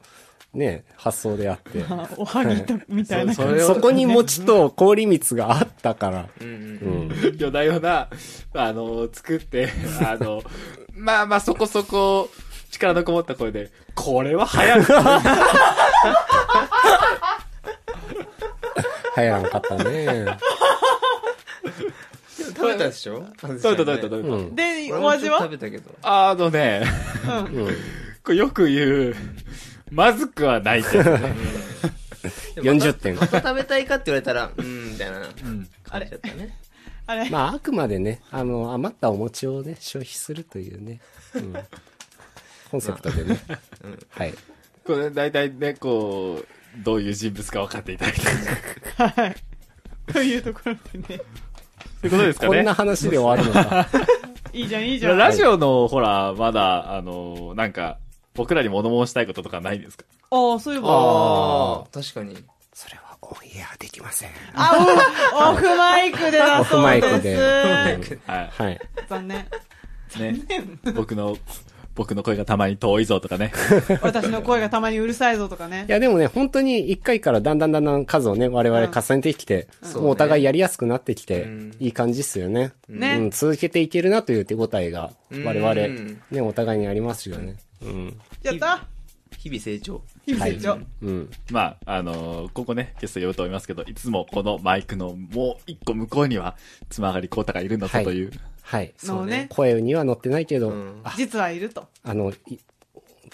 [SPEAKER 3] ね、発想であって。
[SPEAKER 2] あ おはぎと、みたいな
[SPEAKER 1] そ
[SPEAKER 2] 感じ。
[SPEAKER 1] れ
[SPEAKER 3] そ
[SPEAKER 1] を、
[SPEAKER 3] こに餅と氷蜜があったから。
[SPEAKER 4] うんう
[SPEAKER 3] う。
[SPEAKER 4] ん
[SPEAKER 3] ん。
[SPEAKER 1] 夜な夜な、あのー作っ て、あのーまあまあそこそこ、力のこもった声で、これは 流行る。
[SPEAKER 3] 流行らなかったね。
[SPEAKER 4] 食べたでしょ食べ
[SPEAKER 1] 食べた食べた食べ
[SPEAKER 3] う
[SPEAKER 1] た。
[SPEAKER 3] ん。
[SPEAKER 2] で、お
[SPEAKER 4] 俺もち
[SPEAKER 2] 味
[SPEAKER 4] ょっ
[SPEAKER 2] は
[SPEAKER 4] と食べたけど。
[SPEAKER 1] あのね、
[SPEAKER 2] うん。
[SPEAKER 1] これよく言う、まずくはないってやつ ね。
[SPEAKER 3] 40点。
[SPEAKER 4] また食べたいかって言われたら、うん、みたいな感じだったね。
[SPEAKER 2] あれ、
[SPEAKER 3] まあ、あくまでね、あの、余ったお餅をね、消費するというね、うん、コンセプトでね。はい。
[SPEAKER 1] これ大体ね、こう、どういう人物か分かっていただきた い。
[SPEAKER 2] というところでね。
[SPEAKER 1] ということですか
[SPEAKER 3] こん
[SPEAKER 1] ね
[SPEAKER 3] な。話で終わるのか。
[SPEAKER 2] いいじゃん、いいじゃん。
[SPEAKER 1] ラジオの、ほら、まだ、あの、なんか、僕らに物申したいこととかないですか
[SPEAKER 2] ああ、そういえば。
[SPEAKER 4] ああ、確かに。
[SPEAKER 3] それはオンエアできません。
[SPEAKER 2] あ、おオフマイクでだ
[SPEAKER 3] オフマ
[SPEAKER 2] そう
[SPEAKER 3] イクで
[SPEAKER 2] です。
[SPEAKER 1] は
[SPEAKER 3] はい。
[SPEAKER 2] 残念。
[SPEAKER 1] い。ね。僕の、僕の声がたまに遠いぞとかね。
[SPEAKER 2] 私の声がたまにうるさいぞとかね
[SPEAKER 3] い。や、でもね、本当に一回からだんだんだんだん数をね、我々重ねてきて、もうお互いやりやすくなってきて、
[SPEAKER 4] うん
[SPEAKER 3] いい感じっすよね。
[SPEAKER 2] ね
[SPEAKER 3] うん、続けていけるなという手応えが、
[SPEAKER 4] うん
[SPEAKER 3] 我々、ね、お互いにありますよね。うん。
[SPEAKER 2] やった
[SPEAKER 4] 日々成長。
[SPEAKER 2] 日々成長。
[SPEAKER 3] うん。
[SPEAKER 1] まあ、あのここね、ゲスト呼ぶと思いますけど、いつもこのマイクのもう一個向こうには、つまがりこうたがいるんだぞ
[SPEAKER 3] はい
[SPEAKER 1] という。
[SPEAKER 3] はい。
[SPEAKER 2] のね、
[SPEAKER 3] 声には乗ってないけど、
[SPEAKER 4] ん
[SPEAKER 3] あ、
[SPEAKER 2] 実はいると。
[SPEAKER 3] あの、い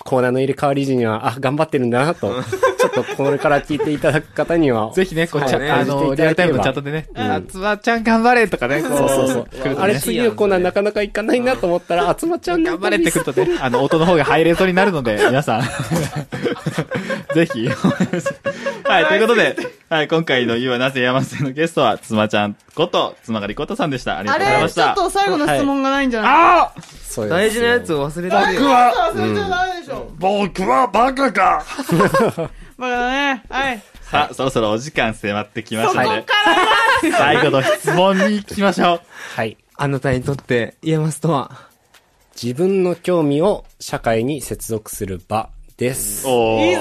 [SPEAKER 3] コーナーの入れ替わり時には、あ、頑張ってるんだなと、ちょっとこれから聞いていただく方には、
[SPEAKER 1] ぜひね、こう、
[SPEAKER 3] はい
[SPEAKER 1] ちゃん
[SPEAKER 4] ね
[SPEAKER 1] あのリアルタイムのチャット
[SPEAKER 3] で。
[SPEAKER 1] でね、
[SPEAKER 2] ん
[SPEAKER 1] あつまちゃん頑張れとかね、こう、
[SPEAKER 3] そうそうそう
[SPEAKER 1] 来るとね
[SPEAKER 3] あれ次のコーナーなかなかいかないなと思ったら、あつまちゃんの
[SPEAKER 1] 頑張れってくるとね、あの、音の方が入れそうになるので、皆さん、 ぜひ、はい、ということで、はい、今回の You はなぜ山瀬のゲストは、つまちゃんこと、つまがりことさんでした。ありが
[SPEAKER 2] あ
[SPEAKER 1] とうございま
[SPEAKER 2] れ、
[SPEAKER 1] し。
[SPEAKER 2] ちょったと最後の質問がないんじゃない
[SPEAKER 1] ああ
[SPEAKER 3] そうです
[SPEAKER 4] 大事なやつを忘れてる
[SPEAKER 1] 僕
[SPEAKER 4] よ。
[SPEAKER 1] は、
[SPEAKER 2] あ、それじゃないでしょ。
[SPEAKER 1] 僕はバカか
[SPEAKER 2] バカだね。はい。
[SPEAKER 1] さあ、そろそろお時間迫ってきまし
[SPEAKER 2] そ
[SPEAKER 1] た
[SPEAKER 2] こか
[SPEAKER 1] の
[SPEAKER 2] ら
[SPEAKER 1] で、 最後の質問に行きましょう。
[SPEAKER 3] はい。
[SPEAKER 4] あなたにとって、イヤマスとは、
[SPEAKER 3] 自分の興味を社会に接続する場です。あ
[SPEAKER 1] おー
[SPEAKER 2] いいぞー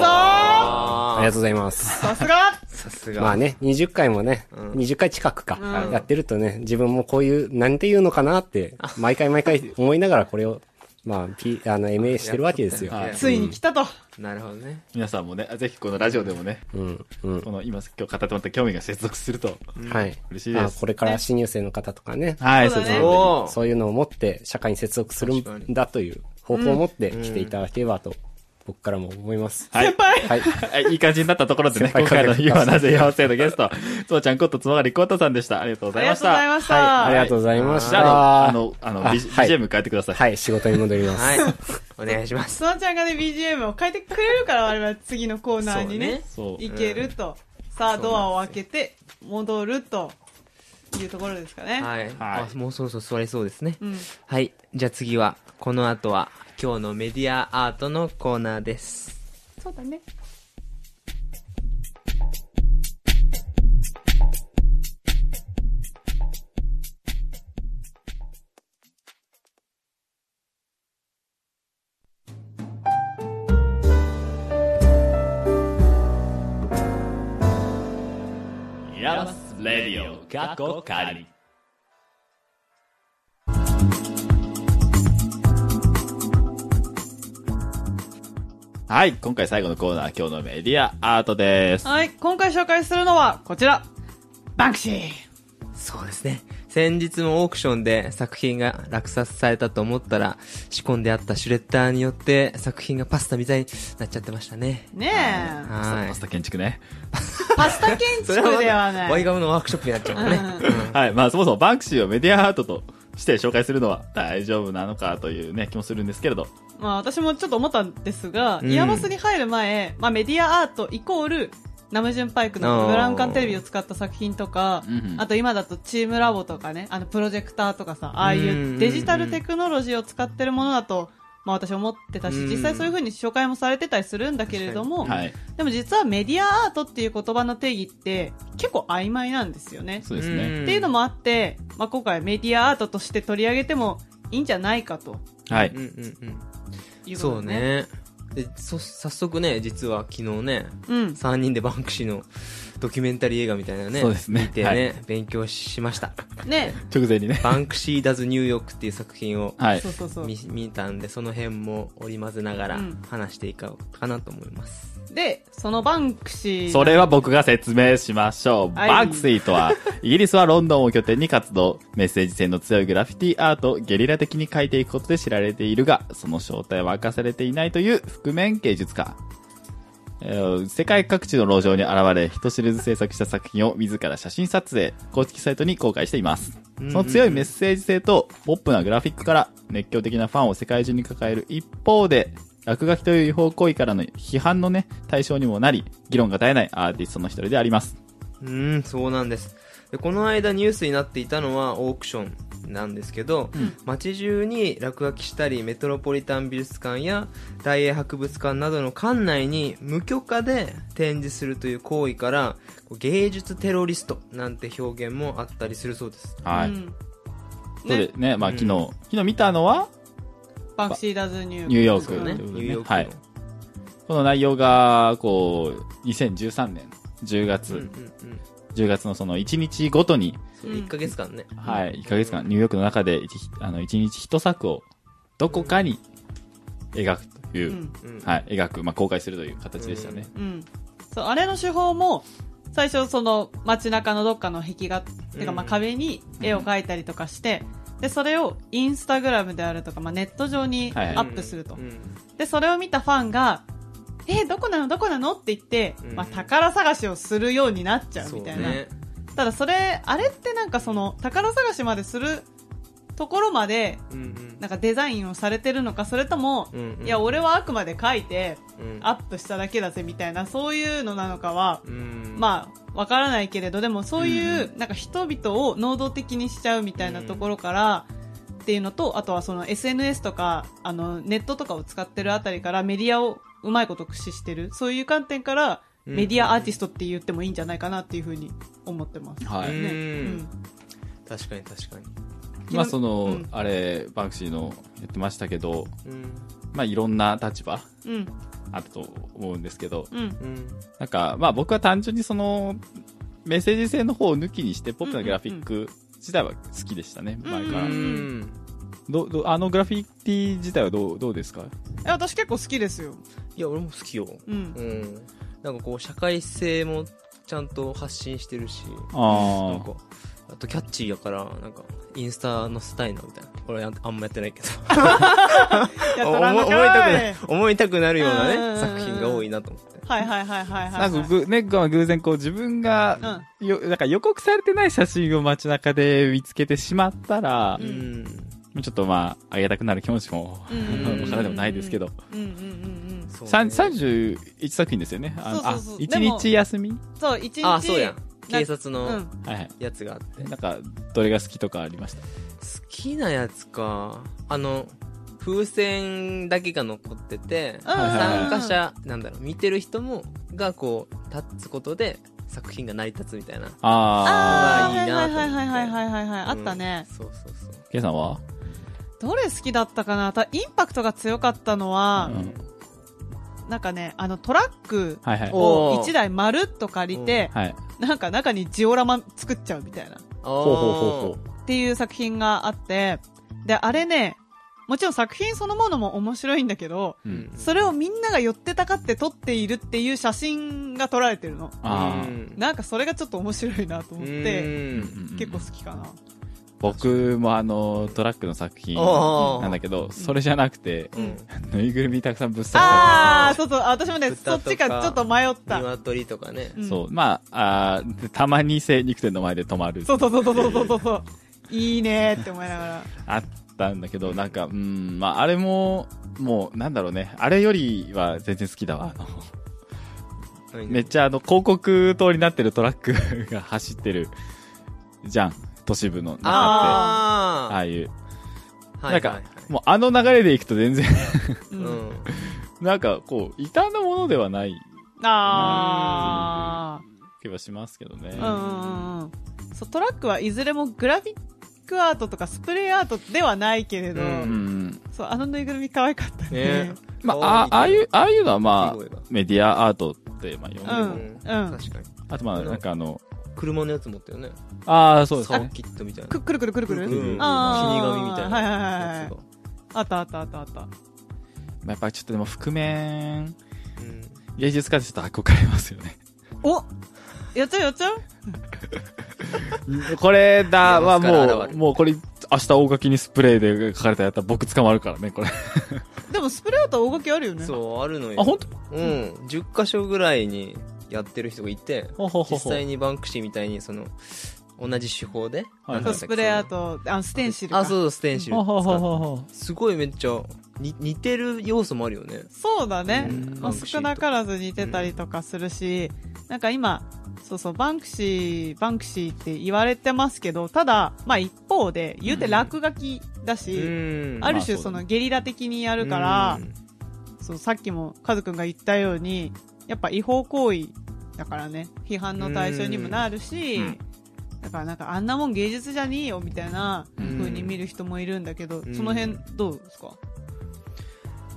[SPEAKER 3] りが
[SPEAKER 4] あ
[SPEAKER 3] とうございます。
[SPEAKER 2] さすが
[SPEAKER 4] ー、さす
[SPEAKER 3] まあ
[SPEAKER 4] が。
[SPEAKER 3] ね、20回もね、
[SPEAKER 4] ん
[SPEAKER 3] 20回近くか、
[SPEAKER 2] うん
[SPEAKER 3] やってるとね、自分もこういう、なんていうのかなって、毎回毎回思いながらこれをまあ、P、あの、MA してるわけですよ。
[SPEAKER 1] はい
[SPEAKER 2] ついに来たと。
[SPEAKER 4] なるほどね。
[SPEAKER 1] 皆さんもね、ぜひこのラジオでもね、
[SPEAKER 3] うん、うん。
[SPEAKER 1] この今、今日語ってもらった興味が接続すると。
[SPEAKER 3] はい。
[SPEAKER 1] 嬉しいです
[SPEAKER 3] あこれから新入生の方とかね、
[SPEAKER 1] はい、
[SPEAKER 2] そうだね
[SPEAKER 1] そうそう
[SPEAKER 4] おー
[SPEAKER 3] そういうのを持って社会に接続する
[SPEAKER 4] 確か
[SPEAKER 3] ん
[SPEAKER 4] に
[SPEAKER 3] だという方法を持って来ていただければと、僕からも思います。
[SPEAKER 1] はい
[SPEAKER 2] 先輩
[SPEAKER 3] はい。
[SPEAKER 1] はい、いい感じになったところでね、
[SPEAKER 3] 先輩
[SPEAKER 1] 今回の
[SPEAKER 3] から
[SPEAKER 1] 今はなぜ妖精のゲスト、つもちゃんことつまがりこうたさんでした。ありがとうござ
[SPEAKER 2] あり
[SPEAKER 1] いま
[SPEAKER 2] が
[SPEAKER 1] し
[SPEAKER 2] とうござい
[SPEAKER 1] た。
[SPEAKER 2] ました。
[SPEAKER 3] ありがとうございまし
[SPEAKER 1] じゃあ、
[SPEAKER 3] た。
[SPEAKER 1] あの、あの、
[SPEAKER 3] あ
[SPEAKER 1] B-
[SPEAKER 3] はい
[SPEAKER 1] BGM 変えてください。
[SPEAKER 3] はい、仕事に戻ります。
[SPEAKER 4] はい。 お願いします。
[SPEAKER 2] スワンちゃんがね、BGM を変えてくれるから、我々は次のコーナーにね、
[SPEAKER 1] そうねそう
[SPEAKER 2] 行けると。さあ、ドアを開けて、戻るというところですかね。
[SPEAKER 4] はい。
[SPEAKER 1] はい
[SPEAKER 4] あもうそろそろ座りそうですね。
[SPEAKER 2] うん。
[SPEAKER 4] はい。じゃあ次は、この後は、今日のメディアアートのコーナーです。
[SPEAKER 2] そうだね。
[SPEAKER 1] ヤマスレディオ、過去仮。はい、今回最後のコーナー、今日のメディアアートです。
[SPEAKER 2] はい、今回紹介するのは、こちら。バンクシー。
[SPEAKER 4] そうですね。先日もオークションで作品が落札されたと思ったら、仕込んであったシュレッダーによって作品がパスタみたいになっちゃってましたね。
[SPEAKER 2] ねえ。
[SPEAKER 4] は
[SPEAKER 1] パス
[SPEAKER 4] い。
[SPEAKER 1] タ建築ね。
[SPEAKER 2] パスタ建築では な
[SPEAKER 4] ワイ
[SPEAKER 2] い。
[SPEAKER 4] ガムのワークショップになっちゃうもんね。
[SPEAKER 1] はい、まあそもそもバンクシーをメディアアートとして紹介するのは大丈夫なのかというね、気もするんですけれど。
[SPEAKER 2] まあ私もちょっと思ったんですが、
[SPEAKER 4] うん
[SPEAKER 2] イヤマスに入る前、まあメディアアートイコール、ナムジュンパイクのブラウン管テレビを使った作品とか
[SPEAKER 1] うんう、ん
[SPEAKER 2] あと今だとチームラボとかね、あのプロジェクターとかさ、ああいうデジタルテクノロジーを使ってるものだと、まあ私思ってたし、
[SPEAKER 4] うん
[SPEAKER 2] 実際そういう風に紹介もされてたりするんだけれども、
[SPEAKER 1] はい。
[SPEAKER 2] でも実はメディアアートっていう言葉の定義って結構曖昧なんですよね。
[SPEAKER 1] そうですね。
[SPEAKER 2] っていうのもあって、まあ今回メディアアートとして取り上げてもいいんじゃないかと
[SPEAKER 1] は
[SPEAKER 4] う
[SPEAKER 1] い
[SPEAKER 4] ん。うんうん。
[SPEAKER 2] いうこ
[SPEAKER 4] そ
[SPEAKER 2] と
[SPEAKER 4] う
[SPEAKER 2] ですね。
[SPEAKER 4] ね。で、そ、早速ね、実は昨日ね、
[SPEAKER 2] うん。
[SPEAKER 4] 3人でバンクシーのドキュメンタリー映画みたいなね、
[SPEAKER 1] そうですね
[SPEAKER 4] 見てね、
[SPEAKER 1] はい
[SPEAKER 4] 勉強しました。
[SPEAKER 2] ね。
[SPEAKER 1] 直前にね。
[SPEAKER 4] バンクシー・ダズ・ニューヨークっていう作品を
[SPEAKER 1] はい
[SPEAKER 2] そ。うそうそう。
[SPEAKER 4] 見見たんで、その辺も織り交ぜながら
[SPEAKER 2] うん
[SPEAKER 4] 話していこうかなと思います。
[SPEAKER 2] で、そのバンクシー。
[SPEAKER 1] それは僕が説明しましょう。
[SPEAKER 2] はい
[SPEAKER 1] バンクシーとは、イギリスはロンドンを拠点に活動、メッセージ性の強いグラフィティアートをゲリラ的に描いていくことで知られているが、その正体は明かされていないという覆面芸術家。えー世界各地の路上に現れ、人知れず制作した作品を自ら写真撮影、公式サイトに公開しています。その強いメッセージ性とポップなグラフィックから熱狂的なファンを世界中に抱える一方で、落書きという違法行為からの批判のね、対象にもなり、議論が絶えないアーティストの一人であります。
[SPEAKER 4] うーん、そうなんです。で、この間ニュースになっていたのはオークションなんですけど、街中に落書きしたり、メトロポリタン美術館や大英博物館などの館内に無許可で展示するという行為から、こう芸術テロリストなんて表現もあったりするそうです。
[SPEAKER 1] は
[SPEAKER 2] う
[SPEAKER 1] い。
[SPEAKER 2] ん
[SPEAKER 1] そうで
[SPEAKER 2] ね、
[SPEAKER 1] ね、まあ
[SPEAKER 4] うん
[SPEAKER 1] 昨日、昨日見たのは、
[SPEAKER 2] バンクシーダズニュー
[SPEAKER 1] ニューヨーク
[SPEAKER 4] そうね、
[SPEAKER 1] ということでね
[SPEAKER 4] ニューヨークの。
[SPEAKER 1] はいこの内容が、こう、2013年10月、
[SPEAKER 4] うんうんうん。
[SPEAKER 1] 10月のその1日ごとに、
[SPEAKER 4] そう
[SPEAKER 2] うん
[SPEAKER 4] 1ヶ月間ね。
[SPEAKER 1] はい、1ヶ月間、ニューヨークの中で一日、あの、1日一作を、どこかに描くというう、
[SPEAKER 2] ん。
[SPEAKER 4] うん
[SPEAKER 1] はい、描く、まあ公開するという形でしたね。
[SPEAKER 2] うん。そう、あれの手法も、最初その街中のどっかの壁画、てかまあ
[SPEAKER 4] うん
[SPEAKER 2] 壁に絵を描いたりとかして、で、それをインスタグラムであるとか、まあネット上に
[SPEAKER 1] はいはい
[SPEAKER 2] アップすると。
[SPEAKER 4] うん
[SPEAKER 2] で、それを見たファンが、えどこなのどこなのって言って、
[SPEAKER 4] うん
[SPEAKER 2] まあ宝探しをするようになっちゃう
[SPEAKER 4] そう
[SPEAKER 2] みたいな。
[SPEAKER 4] ね。
[SPEAKER 2] ただそれ、あれってなんかその宝探しまでするところまで
[SPEAKER 4] うんうん
[SPEAKER 2] なんかデザインをされてるのか、それとも、
[SPEAKER 4] うんうん
[SPEAKER 2] いや、俺はあくまで書いて、
[SPEAKER 4] うん
[SPEAKER 2] アップしただけだぜ、みたいな、そういうのなのかは、
[SPEAKER 4] うん
[SPEAKER 2] まあ、わからないけれど、でもそういう
[SPEAKER 1] う、
[SPEAKER 2] なんか人々を能動的にしちゃうみたいなところから、っていうのと、あとはその SNS とか、あの、ネットとかを使ってるあたりからメディアをうまいこと駆使してる、そういう観点から、
[SPEAKER 4] うん
[SPEAKER 2] メディアアーティストって言ってもいいんじゃないかなっていうふうに思ってます。
[SPEAKER 1] は
[SPEAKER 4] う
[SPEAKER 1] い。
[SPEAKER 4] ん
[SPEAKER 2] ね。
[SPEAKER 4] 確かに確かに。
[SPEAKER 1] まあその、
[SPEAKER 2] うん
[SPEAKER 1] あれ、バンクシーのやってましたけど、
[SPEAKER 4] うん
[SPEAKER 1] まあいろんな立場
[SPEAKER 2] うん。うん。
[SPEAKER 1] あったと思うんですけど、
[SPEAKER 2] うん。
[SPEAKER 4] うん
[SPEAKER 1] なんか、まあ僕は単純にその、メッセージ性の方を抜きにして、ポップなグラフィック自体は好きでしたね、
[SPEAKER 2] ん
[SPEAKER 1] 前
[SPEAKER 2] う
[SPEAKER 1] から。
[SPEAKER 2] ん
[SPEAKER 1] どどあのグラフィティ自体はどうどうですか
[SPEAKER 2] え、私結構好きですよ。
[SPEAKER 4] いや俺も好きよ
[SPEAKER 2] うん
[SPEAKER 4] う。んなんかこう社会性もちゃんと発信してるしなん
[SPEAKER 1] あ
[SPEAKER 4] かあとキャッチーやからなんかインスタ載せたいなみたいな俺あんあんまやってないけ ど
[SPEAKER 2] やた
[SPEAKER 4] 思
[SPEAKER 2] ら
[SPEAKER 4] い
[SPEAKER 2] なか
[SPEAKER 4] 思いたく
[SPEAKER 2] わ
[SPEAKER 4] ない
[SPEAKER 2] い。
[SPEAKER 4] 思いたくなるよう
[SPEAKER 2] うんうん
[SPEAKER 4] な
[SPEAKER 2] うん
[SPEAKER 4] ね作品が多いなと思って
[SPEAKER 2] はいはいはいはいはいは。
[SPEAKER 1] ないんかぐ、ね、が偶然こう自分が、よ、なんか予告されてない写真を街中で見つけてしまったら
[SPEAKER 2] う、ん
[SPEAKER 1] ちょっとまあ、あげたくなる気持ちも、
[SPEAKER 2] うん
[SPEAKER 1] わからんでもないですけど、
[SPEAKER 2] うんうんうんうん。
[SPEAKER 4] そうね
[SPEAKER 1] さん31作品ですよね。あの
[SPEAKER 2] そうそうそう
[SPEAKER 1] あ、
[SPEAKER 2] でも
[SPEAKER 1] 1日休み
[SPEAKER 2] そう、一日。
[SPEAKER 4] あそうやん
[SPEAKER 2] な
[SPEAKER 4] 警察
[SPEAKER 2] う
[SPEAKER 4] の
[SPEAKER 2] ん。
[SPEAKER 1] はいはい。
[SPEAKER 4] やつがあって
[SPEAKER 1] なんか、どれが好きとかありました
[SPEAKER 4] 好きなやつかあの風船だけが残ってて
[SPEAKER 2] うん
[SPEAKER 1] はいはい
[SPEAKER 4] 参加者なんだろう見てる人もがこう立つことで作品が成り立つみたいな
[SPEAKER 1] あ
[SPEAKER 2] あ
[SPEAKER 4] ー
[SPEAKER 2] ー、はい
[SPEAKER 4] まあいいなと思って
[SPEAKER 2] はいはいはいはいはいはい。あったね。
[SPEAKER 4] うんそうそうそう
[SPEAKER 1] ー、ケイさんは
[SPEAKER 2] どれ好きだったかなたインパクトが強かったのは
[SPEAKER 1] う、ん
[SPEAKER 2] なんかね、あのトラック
[SPEAKER 1] はいはい。
[SPEAKER 2] を1台まるっと借りて、
[SPEAKER 1] はい。
[SPEAKER 2] なんか中にジオラマ作っちゃうみたいな。っ
[SPEAKER 4] ほ
[SPEAKER 3] ほうほうほうほ
[SPEAKER 2] ていう作品があって、で、あれね、もちろん作品そのものも面白いんだけど、
[SPEAKER 1] う。
[SPEAKER 4] うん
[SPEAKER 2] それをみんなが寄ってたかって撮っているっていう写真が撮られてるの。
[SPEAKER 1] あー
[SPEAKER 2] なんかそれがちょっと面白いなと思って、
[SPEAKER 4] て
[SPEAKER 2] 結構好きかな。
[SPEAKER 1] 僕もあの、トラックの作品
[SPEAKER 4] おー
[SPEAKER 1] なんだけど、それじゃなくて、
[SPEAKER 2] うん
[SPEAKER 1] ぬいぐるみたくさんぶっ刺さ
[SPEAKER 2] あー、そうそう、私もね、そっ
[SPEAKER 4] 豚と
[SPEAKER 2] ち
[SPEAKER 4] か
[SPEAKER 2] がちょっと迷った。
[SPEAKER 4] 鶏とかね
[SPEAKER 2] う
[SPEAKER 1] れ
[SPEAKER 2] ん
[SPEAKER 1] て、そう、まあ、あーでたまに精肉店の前で止まる。
[SPEAKER 2] そうそうそうそうそうそうそう。いいねーって思いながら。
[SPEAKER 1] あったんだけど、なんか、うん、まあ、あれも、もう、なんだろうね、あれよりは全然好きだわ。あのめっちゃあの、広告塔になってるトラック が走ってる、じゃん。都市部の中って。あ
[SPEAKER 4] あ
[SPEAKER 1] あいう。
[SPEAKER 4] ー
[SPEAKER 1] な
[SPEAKER 4] は
[SPEAKER 1] ん
[SPEAKER 4] い
[SPEAKER 1] か、
[SPEAKER 4] はいはい
[SPEAKER 1] もうあの流れで行くと全然、
[SPEAKER 2] う。
[SPEAKER 4] うんん
[SPEAKER 1] なんかこう、異端のものではない
[SPEAKER 2] あ
[SPEAKER 1] 気はしますけどね。
[SPEAKER 2] ー。うんうんうんうん。そう、トラックはいずれもグラフィックアートとかスプレーアートではないけれど、
[SPEAKER 4] うん
[SPEAKER 1] うん。
[SPEAKER 2] そう、あのぬいぐるみ可愛かったね。
[SPEAKER 4] ね
[SPEAKER 1] まあ、ああ
[SPEAKER 4] 可
[SPEAKER 1] あ
[SPEAKER 4] 愛
[SPEAKER 1] い、
[SPEAKER 4] いう
[SPEAKER 1] ああいうのはま
[SPEAKER 4] すごいわ
[SPEAKER 1] あ、メディアアートって、まあ、呼んでる、
[SPEAKER 2] うん
[SPEAKER 4] うん
[SPEAKER 2] うん
[SPEAKER 4] 確かに
[SPEAKER 1] あとまあ、なんかあの、
[SPEAKER 4] 車のやつ持ってるね
[SPEAKER 1] ああ、そうです
[SPEAKER 4] サー
[SPEAKER 1] ね。
[SPEAKER 4] キットみたいな
[SPEAKER 2] くくるくるくるくる。
[SPEAKER 4] うん死神み
[SPEAKER 2] あー
[SPEAKER 4] たい
[SPEAKER 2] はい
[SPEAKER 4] な
[SPEAKER 2] はいはいはい
[SPEAKER 4] やつが
[SPEAKER 2] あったあったあったあった。
[SPEAKER 1] まあやっぱちょっとでも、覆面、
[SPEAKER 4] うん
[SPEAKER 1] 芸術家ってちょっと憧れますよね。
[SPEAKER 2] おやっちゃうやっちゃう
[SPEAKER 1] これだは
[SPEAKER 4] 目の力
[SPEAKER 1] も
[SPEAKER 4] 現
[SPEAKER 1] う、
[SPEAKER 4] る
[SPEAKER 1] もうこれ、明日大垣にスプレーで書かれたやったら僕捕まるからね、これ。
[SPEAKER 2] でもスプレーアートは大書きあるよね。
[SPEAKER 4] そうあるのよ
[SPEAKER 1] あ、ほんと
[SPEAKER 4] うん10箇所ぐらいにやってる人がいて
[SPEAKER 1] ほほ
[SPEAKER 4] 実際にバンクシーみたいにその同じ手法で、
[SPEAKER 1] はい
[SPEAKER 4] なん
[SPEAKER 2] そう
[SPEAKER 4] だっけ
[SPEAKER 2] スプレーアート、あの、ステンシルか。
[SPEAKER 4] あそうそうステンシル
[SPEAKER 1] ほほほ
[SPEAKER 4] 使っ
[SPEAKER 1] ほほ。
[SPEAKER 4] すごいめっちゃに似てる要素もあるよね
[SPEAKER 2] そうだね
[SPEAKER 4] うん。
[SPEAKER 2] まあ、少なからず似てたりとかするし、なんか今、そうそう、バンクシー、バンクシーって言われてますけど、ただ、まあ一方で、言うて落書きだし、
[SPEAKER 4] ん
[SPEAKER 2] ある
[SPEAKER 1] まあそうだ
[SPEAKER 2] 種
[SPEAKER 1] ね
[SPEAKER 2] そのゲリラ的にや
[SPEAKER 4] あ
[SPEAKER 2] るから、そう、さっきもカズくんが言ったように、やっぱ違法行為だからね、批判の対象にもなるし
[SPEAKER 1] うんうん、
[SPEAKER 2] だからなんかあんなもん芸術じゃねえよみたいな風に見る人もいるんだけど、
[SPEAKER 4] ん
[SPEAKER 2] その辺どうですか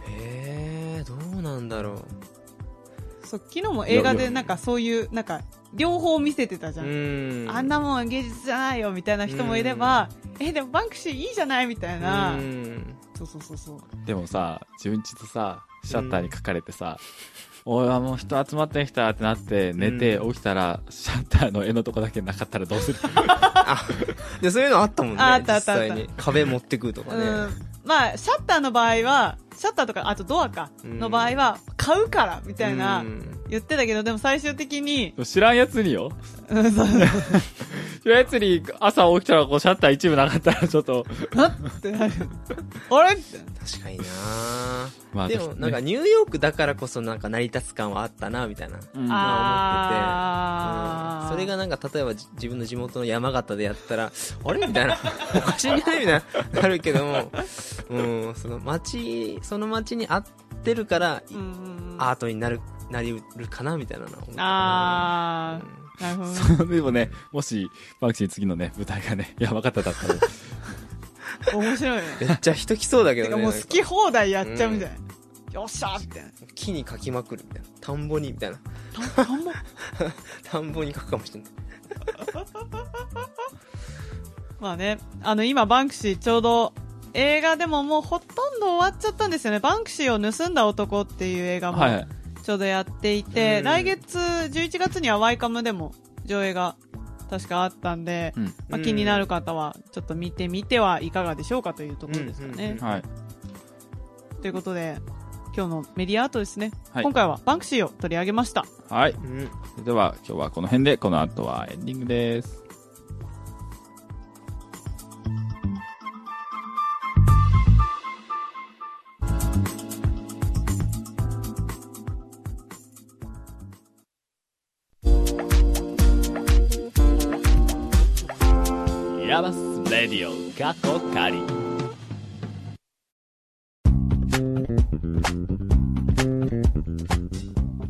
[SPEAKER 4] へえどうなんだろ
[SPEAKER 2] そう昨日も映画
[SPEAKER 1] いやい
[SPEAKER 2] で
[SPEAKER 1] や
[SPEAKER 2] なんかそういうなんか両方見せてたじ
[SPEAKER 4] う
[SPEAKER 2] ゃ、
[SPEAKER 4] うんん
[SPEAKER 2] あんなもん芸術じゃないよみたいな人もいれば、えでもバンクシーいいじゃないみたいな、
[SPEAKER 4] うん
[SPEAKER 2] そうそうそうそう
[SPEAKER 1] でもさ、自分ちとさ、シャッターに書かれてさ、おい、あもう人集まってきたってなって、寝て起きたら、シャッターの絵のとこだけなかったらどう する
[SPEAKER 4] でそういうのあったもんね
[SPEAKER 2] あったあったあった
[SPEAKER 4] 実際に壁持ってくるとか
[SPEAKER 2] う
[SPEAKER 4] ね、
[SPEAKER 2] んまあシャッターの場合はシャッターとかあとドアか
[SPEAKER 4] うん
[SPEAKER 2] の場合は買うからみたいな
[SPEAKER 4] うん
[SPEAKER 2] 言ってたけどでも最終的に
[SPEAKER 1] 知らんやつによ。
[SPEAKER 2] うんそう
[SPEAKER 1] 知らんやつに朝起きたらこうシャッター一部なかったらちょっと、
[SPEAKER 2] なってなるあれって
[SPEAKER 4] 確かにな
[SPEAKER 1] まあ
[SPEAKER 4] でもなんかニューヨークだからこそなんか成り立つ感はあったなみたいな、
[SPEAKER 1] うん
[SPEAKER 2] あー
[SPEAKER 4] それがなんか例えばじ自分の地元の山形でやったら あれみたいなおかしいんじゃないみ たいななるけども、うん、その町その町に合ってるから、
[SPEAKER 2] うんうんうん
[SPEAKER 4] アートになるなりうるかなみたいなのは思ったな
[SPEAKER 2] あーなるほどね
[SPEAKER 1] そうでもね、もし、バンクシー次のね、舞台がね、 山形だったら、
[SPEAKER 2] 面白いね
[SPEAKER 4] めっちゃ人来そうだけ
[SPEAKER 2] て
[SPEAKER 4] ど
[SPEAKER 2] か
[SPEAKER 4] ね
[SPEAKER 2] もう
[SPEAKER 4] な
[SPEAKER 2] 好
[SPEAKER 4] んか
[SPEAKER 2] き放題やっちゃうみたいな、よっしゃーみ たいな
[SPEAKER 4] 木に描きまくるみたいな田んぼにみたいな
[SPEAKER 2] 田んぼ
[SPEAKER 4] 田んぼに描くかもしれない
[SPEAKER 2] まあね、あの今バンクシーちょうど映画でももうほとんど終わっちゃったんですよね。バンクシーを盗んだ男っていう映画も
[SPEAKER 1] はい。
[SPEAKER 2] ちょうどやっていて、
[SPEAKER 4] うん
[SPEAKER 2] 来月11月にはワイカムでも上映が確かあったんで、
[SPEAKER 1] うん
[SPEAKER 2] まあ、
[SPEAKER 4] うん
[SPEAKER 2] 気になる方はちょっと見てみてはいかがでしょうかというところですかね。
[SPEAKER 4] うんうんうん
[SPEAKER 1] はい。
[SPEAKER 2] ということで、今日のメディアアートですね。
[SPEAKER 1] はい
[SPEAKER 2] 今回はバンクシーを取り上げました。
[SPEAKER 1] はい。
[SPEAKER 4] うん
[SPEAKER 1] それでは今日はこの辺で、この後はエンディングです。ヤバスレディオ過去仮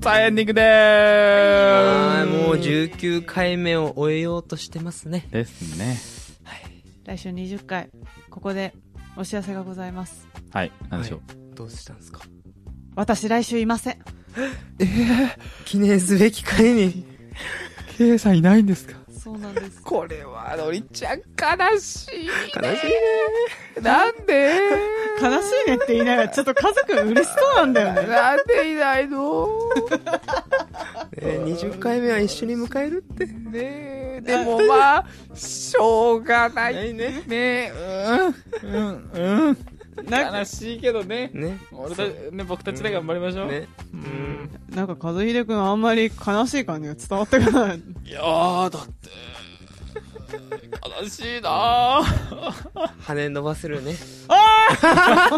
[SPEAKER 1] さあエンディングで
[SPEAKER 4] は
[SPEAKER 1] ー
[SPEAKER 4] いもう19回目を終えようとしてますね
[SPEAKER 1] すですね
[SPEAKER 2] 来週20回、ここでお知らせがございます。
[SPEAKER 1] はい何でしょう、
[SPEAKER 4] どうしたんですか
[SPEAKER 2] 私来週いません。
[SPEAKER 4] 記念すべき回に
[SPEAKER 1] ケイさんいないんですか
[SPEAKER 2] そうなんです。
[SPEAKER 4] これはのりちゃん悲
[SPEAKER 5] しい
[SPEAKER 4] しいね
[SPEAKER 5] なんで
[SPEAKER 2] 悲しいねって言いながら、ちょっと家族嬉しそうなんだよね。
[SPEAKER 5] なんでいないの
[SPEAKER 4] えー20回目は一緒に迎えるって
[SPEAKER 5] ねえ、でもまあ、しょうがない。
[SPEAKER 4] ないね
[SPEAKER 5] ね
[SPEAKER 2] なんか、
[SPEAKER 5] しいけどね。
[SPEAKER 4] ね
[SPEAKER 5] 俺たね、僕たちで頑張りましょう。
[SPEAKER 4] ねうん
[SPEAKER 2] なんか和秀くんあんまり悲しい感じが伝わってこ ない。
[SPEAKER 5] いやー、だって、悲しいなー。
[SPEAKER 4] 羽伸ばせるね
[SPEAKER 5] だ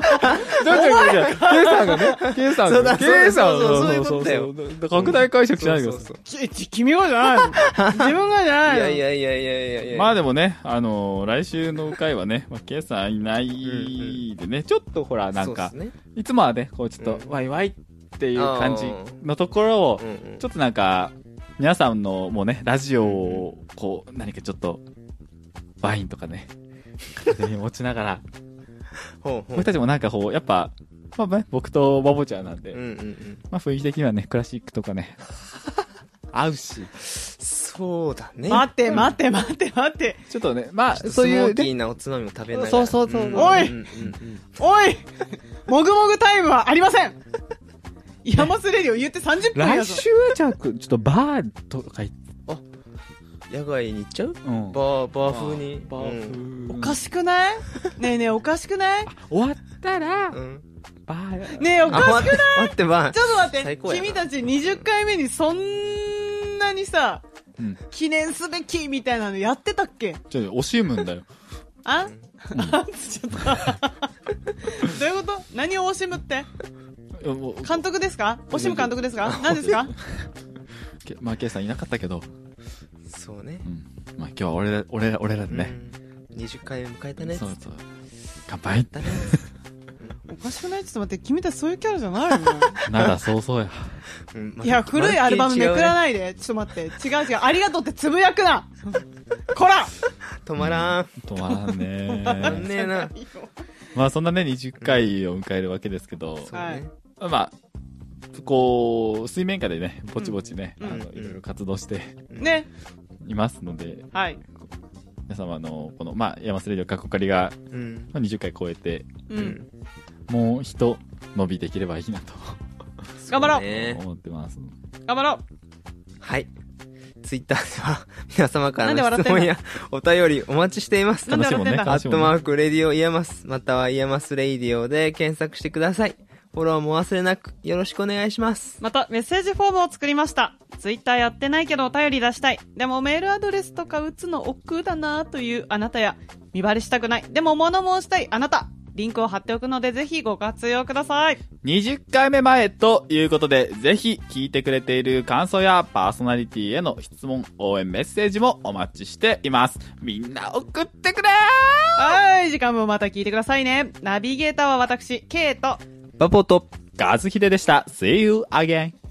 [SPEAKER 5] って、ケイさんがね、ケイさ
[SPEAKER 4] そう
[SPEAKER 5] が、
[SPEAKER 4] んだそうだ
[SPEAKER 5] ケイさんが
[SPEAKER 4] そうそうそういうことだよ
[SPEAKER 5] そうそう拡大解釈しないでください。
[SPEAKER 4] そうそう
[SPEAKER 2] きち君がじゃないの自分がじゃない
[SPEAKER 4] そうい
[SPEAKER 2] の
[SPEAKER 4] やいやいやいやいやいや
[SPEAKER 1] まあでもね、あのー来週の回はね、まあ、 ケイさんいないでね、ちょっとほら、なんか、
[SPEAKER 4] そうっすね
[SPEAKER 1] いつもはね、こうちょっ
[SPEAKER 4] う
[SPEAKER 1] と、
[SPEAKER 4] ん
[SPEAKER 1] ワイワイっていう感じ
[SPEAKER 4] あー
[SPEAKER 1] のところを
[SPEAKER 4] う、んうん
[SPEAKER 1] ちょっとなんか、皆さんのもうね、ラジオを、こう、何かちょっと、ワインとかね、風に持ちなが ら、
[SPEAKER 4] ほうほう
[SPEAKER 1] 僕たちもなんかこう、やっぱ、まあね、僕とバボちゃんなんで、
[SPEAKER 4] うんうんうん
[SPEAKER 1] まあ雰囲気的にはね、クラシックとか ね、合うし、
[SPEAKER 4] そうだね
[SPEAKER 2] 待って待って待って待って。
[SPEAKER 1] ちょっとね、まあ、
[SPEAKER 4] ちょっと
[SPEAKER 1] そういう
[SPEAKER 4] スモーキ
[SPEAKER 1] ね、
[SPEAKER 4] ーなおつまみを食べない
[SPEAKER 1] そうそうそう
[SPEAKER 2] おい
[SPEAKER 4] い
[SPEAKER 2] おい もぐもぐタイムはありません山スレディを言って30分や
[SPEAKER 1] 来
[SPEAKER 2] ぞ。
[SPEAKER 1] 週はじゃあ、ちょっとバーとか行って、
[SPEAKER 4] 野外に行っちゃう
[SPEAKER 1] うん
[SPEAKER 4] バーバー風に
[SPEAKER 1] バー風
[SPEAKER 2] おかしくないねえねえおかしくない
[SPEAKER 1] 終わったら、
[SPEAKER 4] うんうん
[SPEAKER 1] バー、
[SPEAKER 2] ねえお
[SPEAKER 4] あ
[SPEAKER 2] かしくない
[SPEAKER 4] 待って待ってバー
[SPEAKER 2] ちょっと待って
[SPEAKER 4] 最高やな
[SPEAKER 2] 君たち20回目にそんなにさ、
[SPEAKER 1] うん
[SPEAKER 2] 記念すべきみたいなのやってたっけ
[SPEAKER 1] ちょ、おしむんだよ。
[SPEAKER 2] あ、あちょっと。 どういうこと何を惜しむって監督ですか惜しむ監督ですか何ですか
[SPEAKER 1] けまあ、ケイさんいなかったけど、
[SPEAKER 4] そうね
[SPEAKER 1] うん。まあ、今日は俺ら、俺ら、俺らでね。
[SPEAKER 4] うん20回目迎えたね
[SPEAKER 1] そうそう。乾杯
[SPEAKER 4] だね
[SPEAKER 2] おかしくないちょっと待って、君たちそういうキャラじゃないよね。
[SPEAKER 1] なんだ、そうそうや。
[SPEAKER 4] うんま
[SPEAKER 2] いや、古いアルバムめくら
[SPEAKER 4] い
[SPEAKER 2] ないで。ちょっと待って。違う違う。ありがとうってつぶやくなこら
[SPEAKER 4] 止まらん
[SPEAKER 1] 止まらん
[SPEAKER 4] 止まん
[SPEAKER 1] ね。
[SPEAKER 4] ねえな
[SPEAKER 1] まあ、そんなね、20回を迎えるわけですけど、
[SPEAKER 4] そうね
[SPEAKER 1] まあ、こう、水面下でね、ぼちぼちね、
[SPEAKER 2] うん
[SPEAKER 1] あの、
[SPEAKER 4] うん
[SPEAKER 1] いろいろ活動して
[SPEAKER 2] ね。
[SPEAKER 1] いますので、
[SPEAKER 2] はい。
[SPEAKER 1] 皆様の、この、まあ、山瀬レディオカッコカリが、
[SPEAKER 4] うん
[SPEAKER 1] まあ、20回超えて、
[SPEAKER 2] う。
[SPEAKER 4] うんん
[SPEAKER 1] もう一伸びできればいいなと
[SPEAKER 2] 頑張ろう
[SPEAKER 4] そね
[SPEAKER 1] 思ってます。
[SPEAKER 2] 頑張ろ
[SPEAKER 4] はい。ツイッターでは 皆様から
[SPEAKER 2] なんで
[SPEAKER 4] の
[SPEAKER 2] 笑っ
[SPEAKER 4] 質
[SPEAKER 2] てんの
[SPEAKER 4] 問やお便りお待ちしています。
[SPEAKER 2] なん
[SPEAKER 1] 楽
[SPEAKER 2] で
[SPEAKER 1] しいもんね、
[SPEAKER 2] 笑ってんだ
[SPEAKER 4] ア
[SPEAKER 1] 楽しいも
[SPEAKER 4] ット
[SPEAKER 1] んね。
[SPEAKER 4] マークレディオイヤマス、またはイヤマスレイディオで検索してください。フォローも忘れなくよろしくお願いします。
[SPEAKER 2] う。また、メッセージフォームを作りました。ツイッターやってないけどお便り出したい。でもメールアドレスとか打つの億劫だなというあなたや、見バレしたくない。でも物申したいあなた。リンクを貼っておくので、ぜひご活用ください。
[SPEAKER 1] 20回目前ということで、ぜひ聞いてくれている感想やパーソナリティへの質問、応援メッセージもお待ちしています。みんな送ってくれ
[SPEAKER 2] はい。時間もまた聞いてくださいね。ナビゲーターは私、K と、
[SPEAKER 1] バポと、ガズヒデでした。See you again!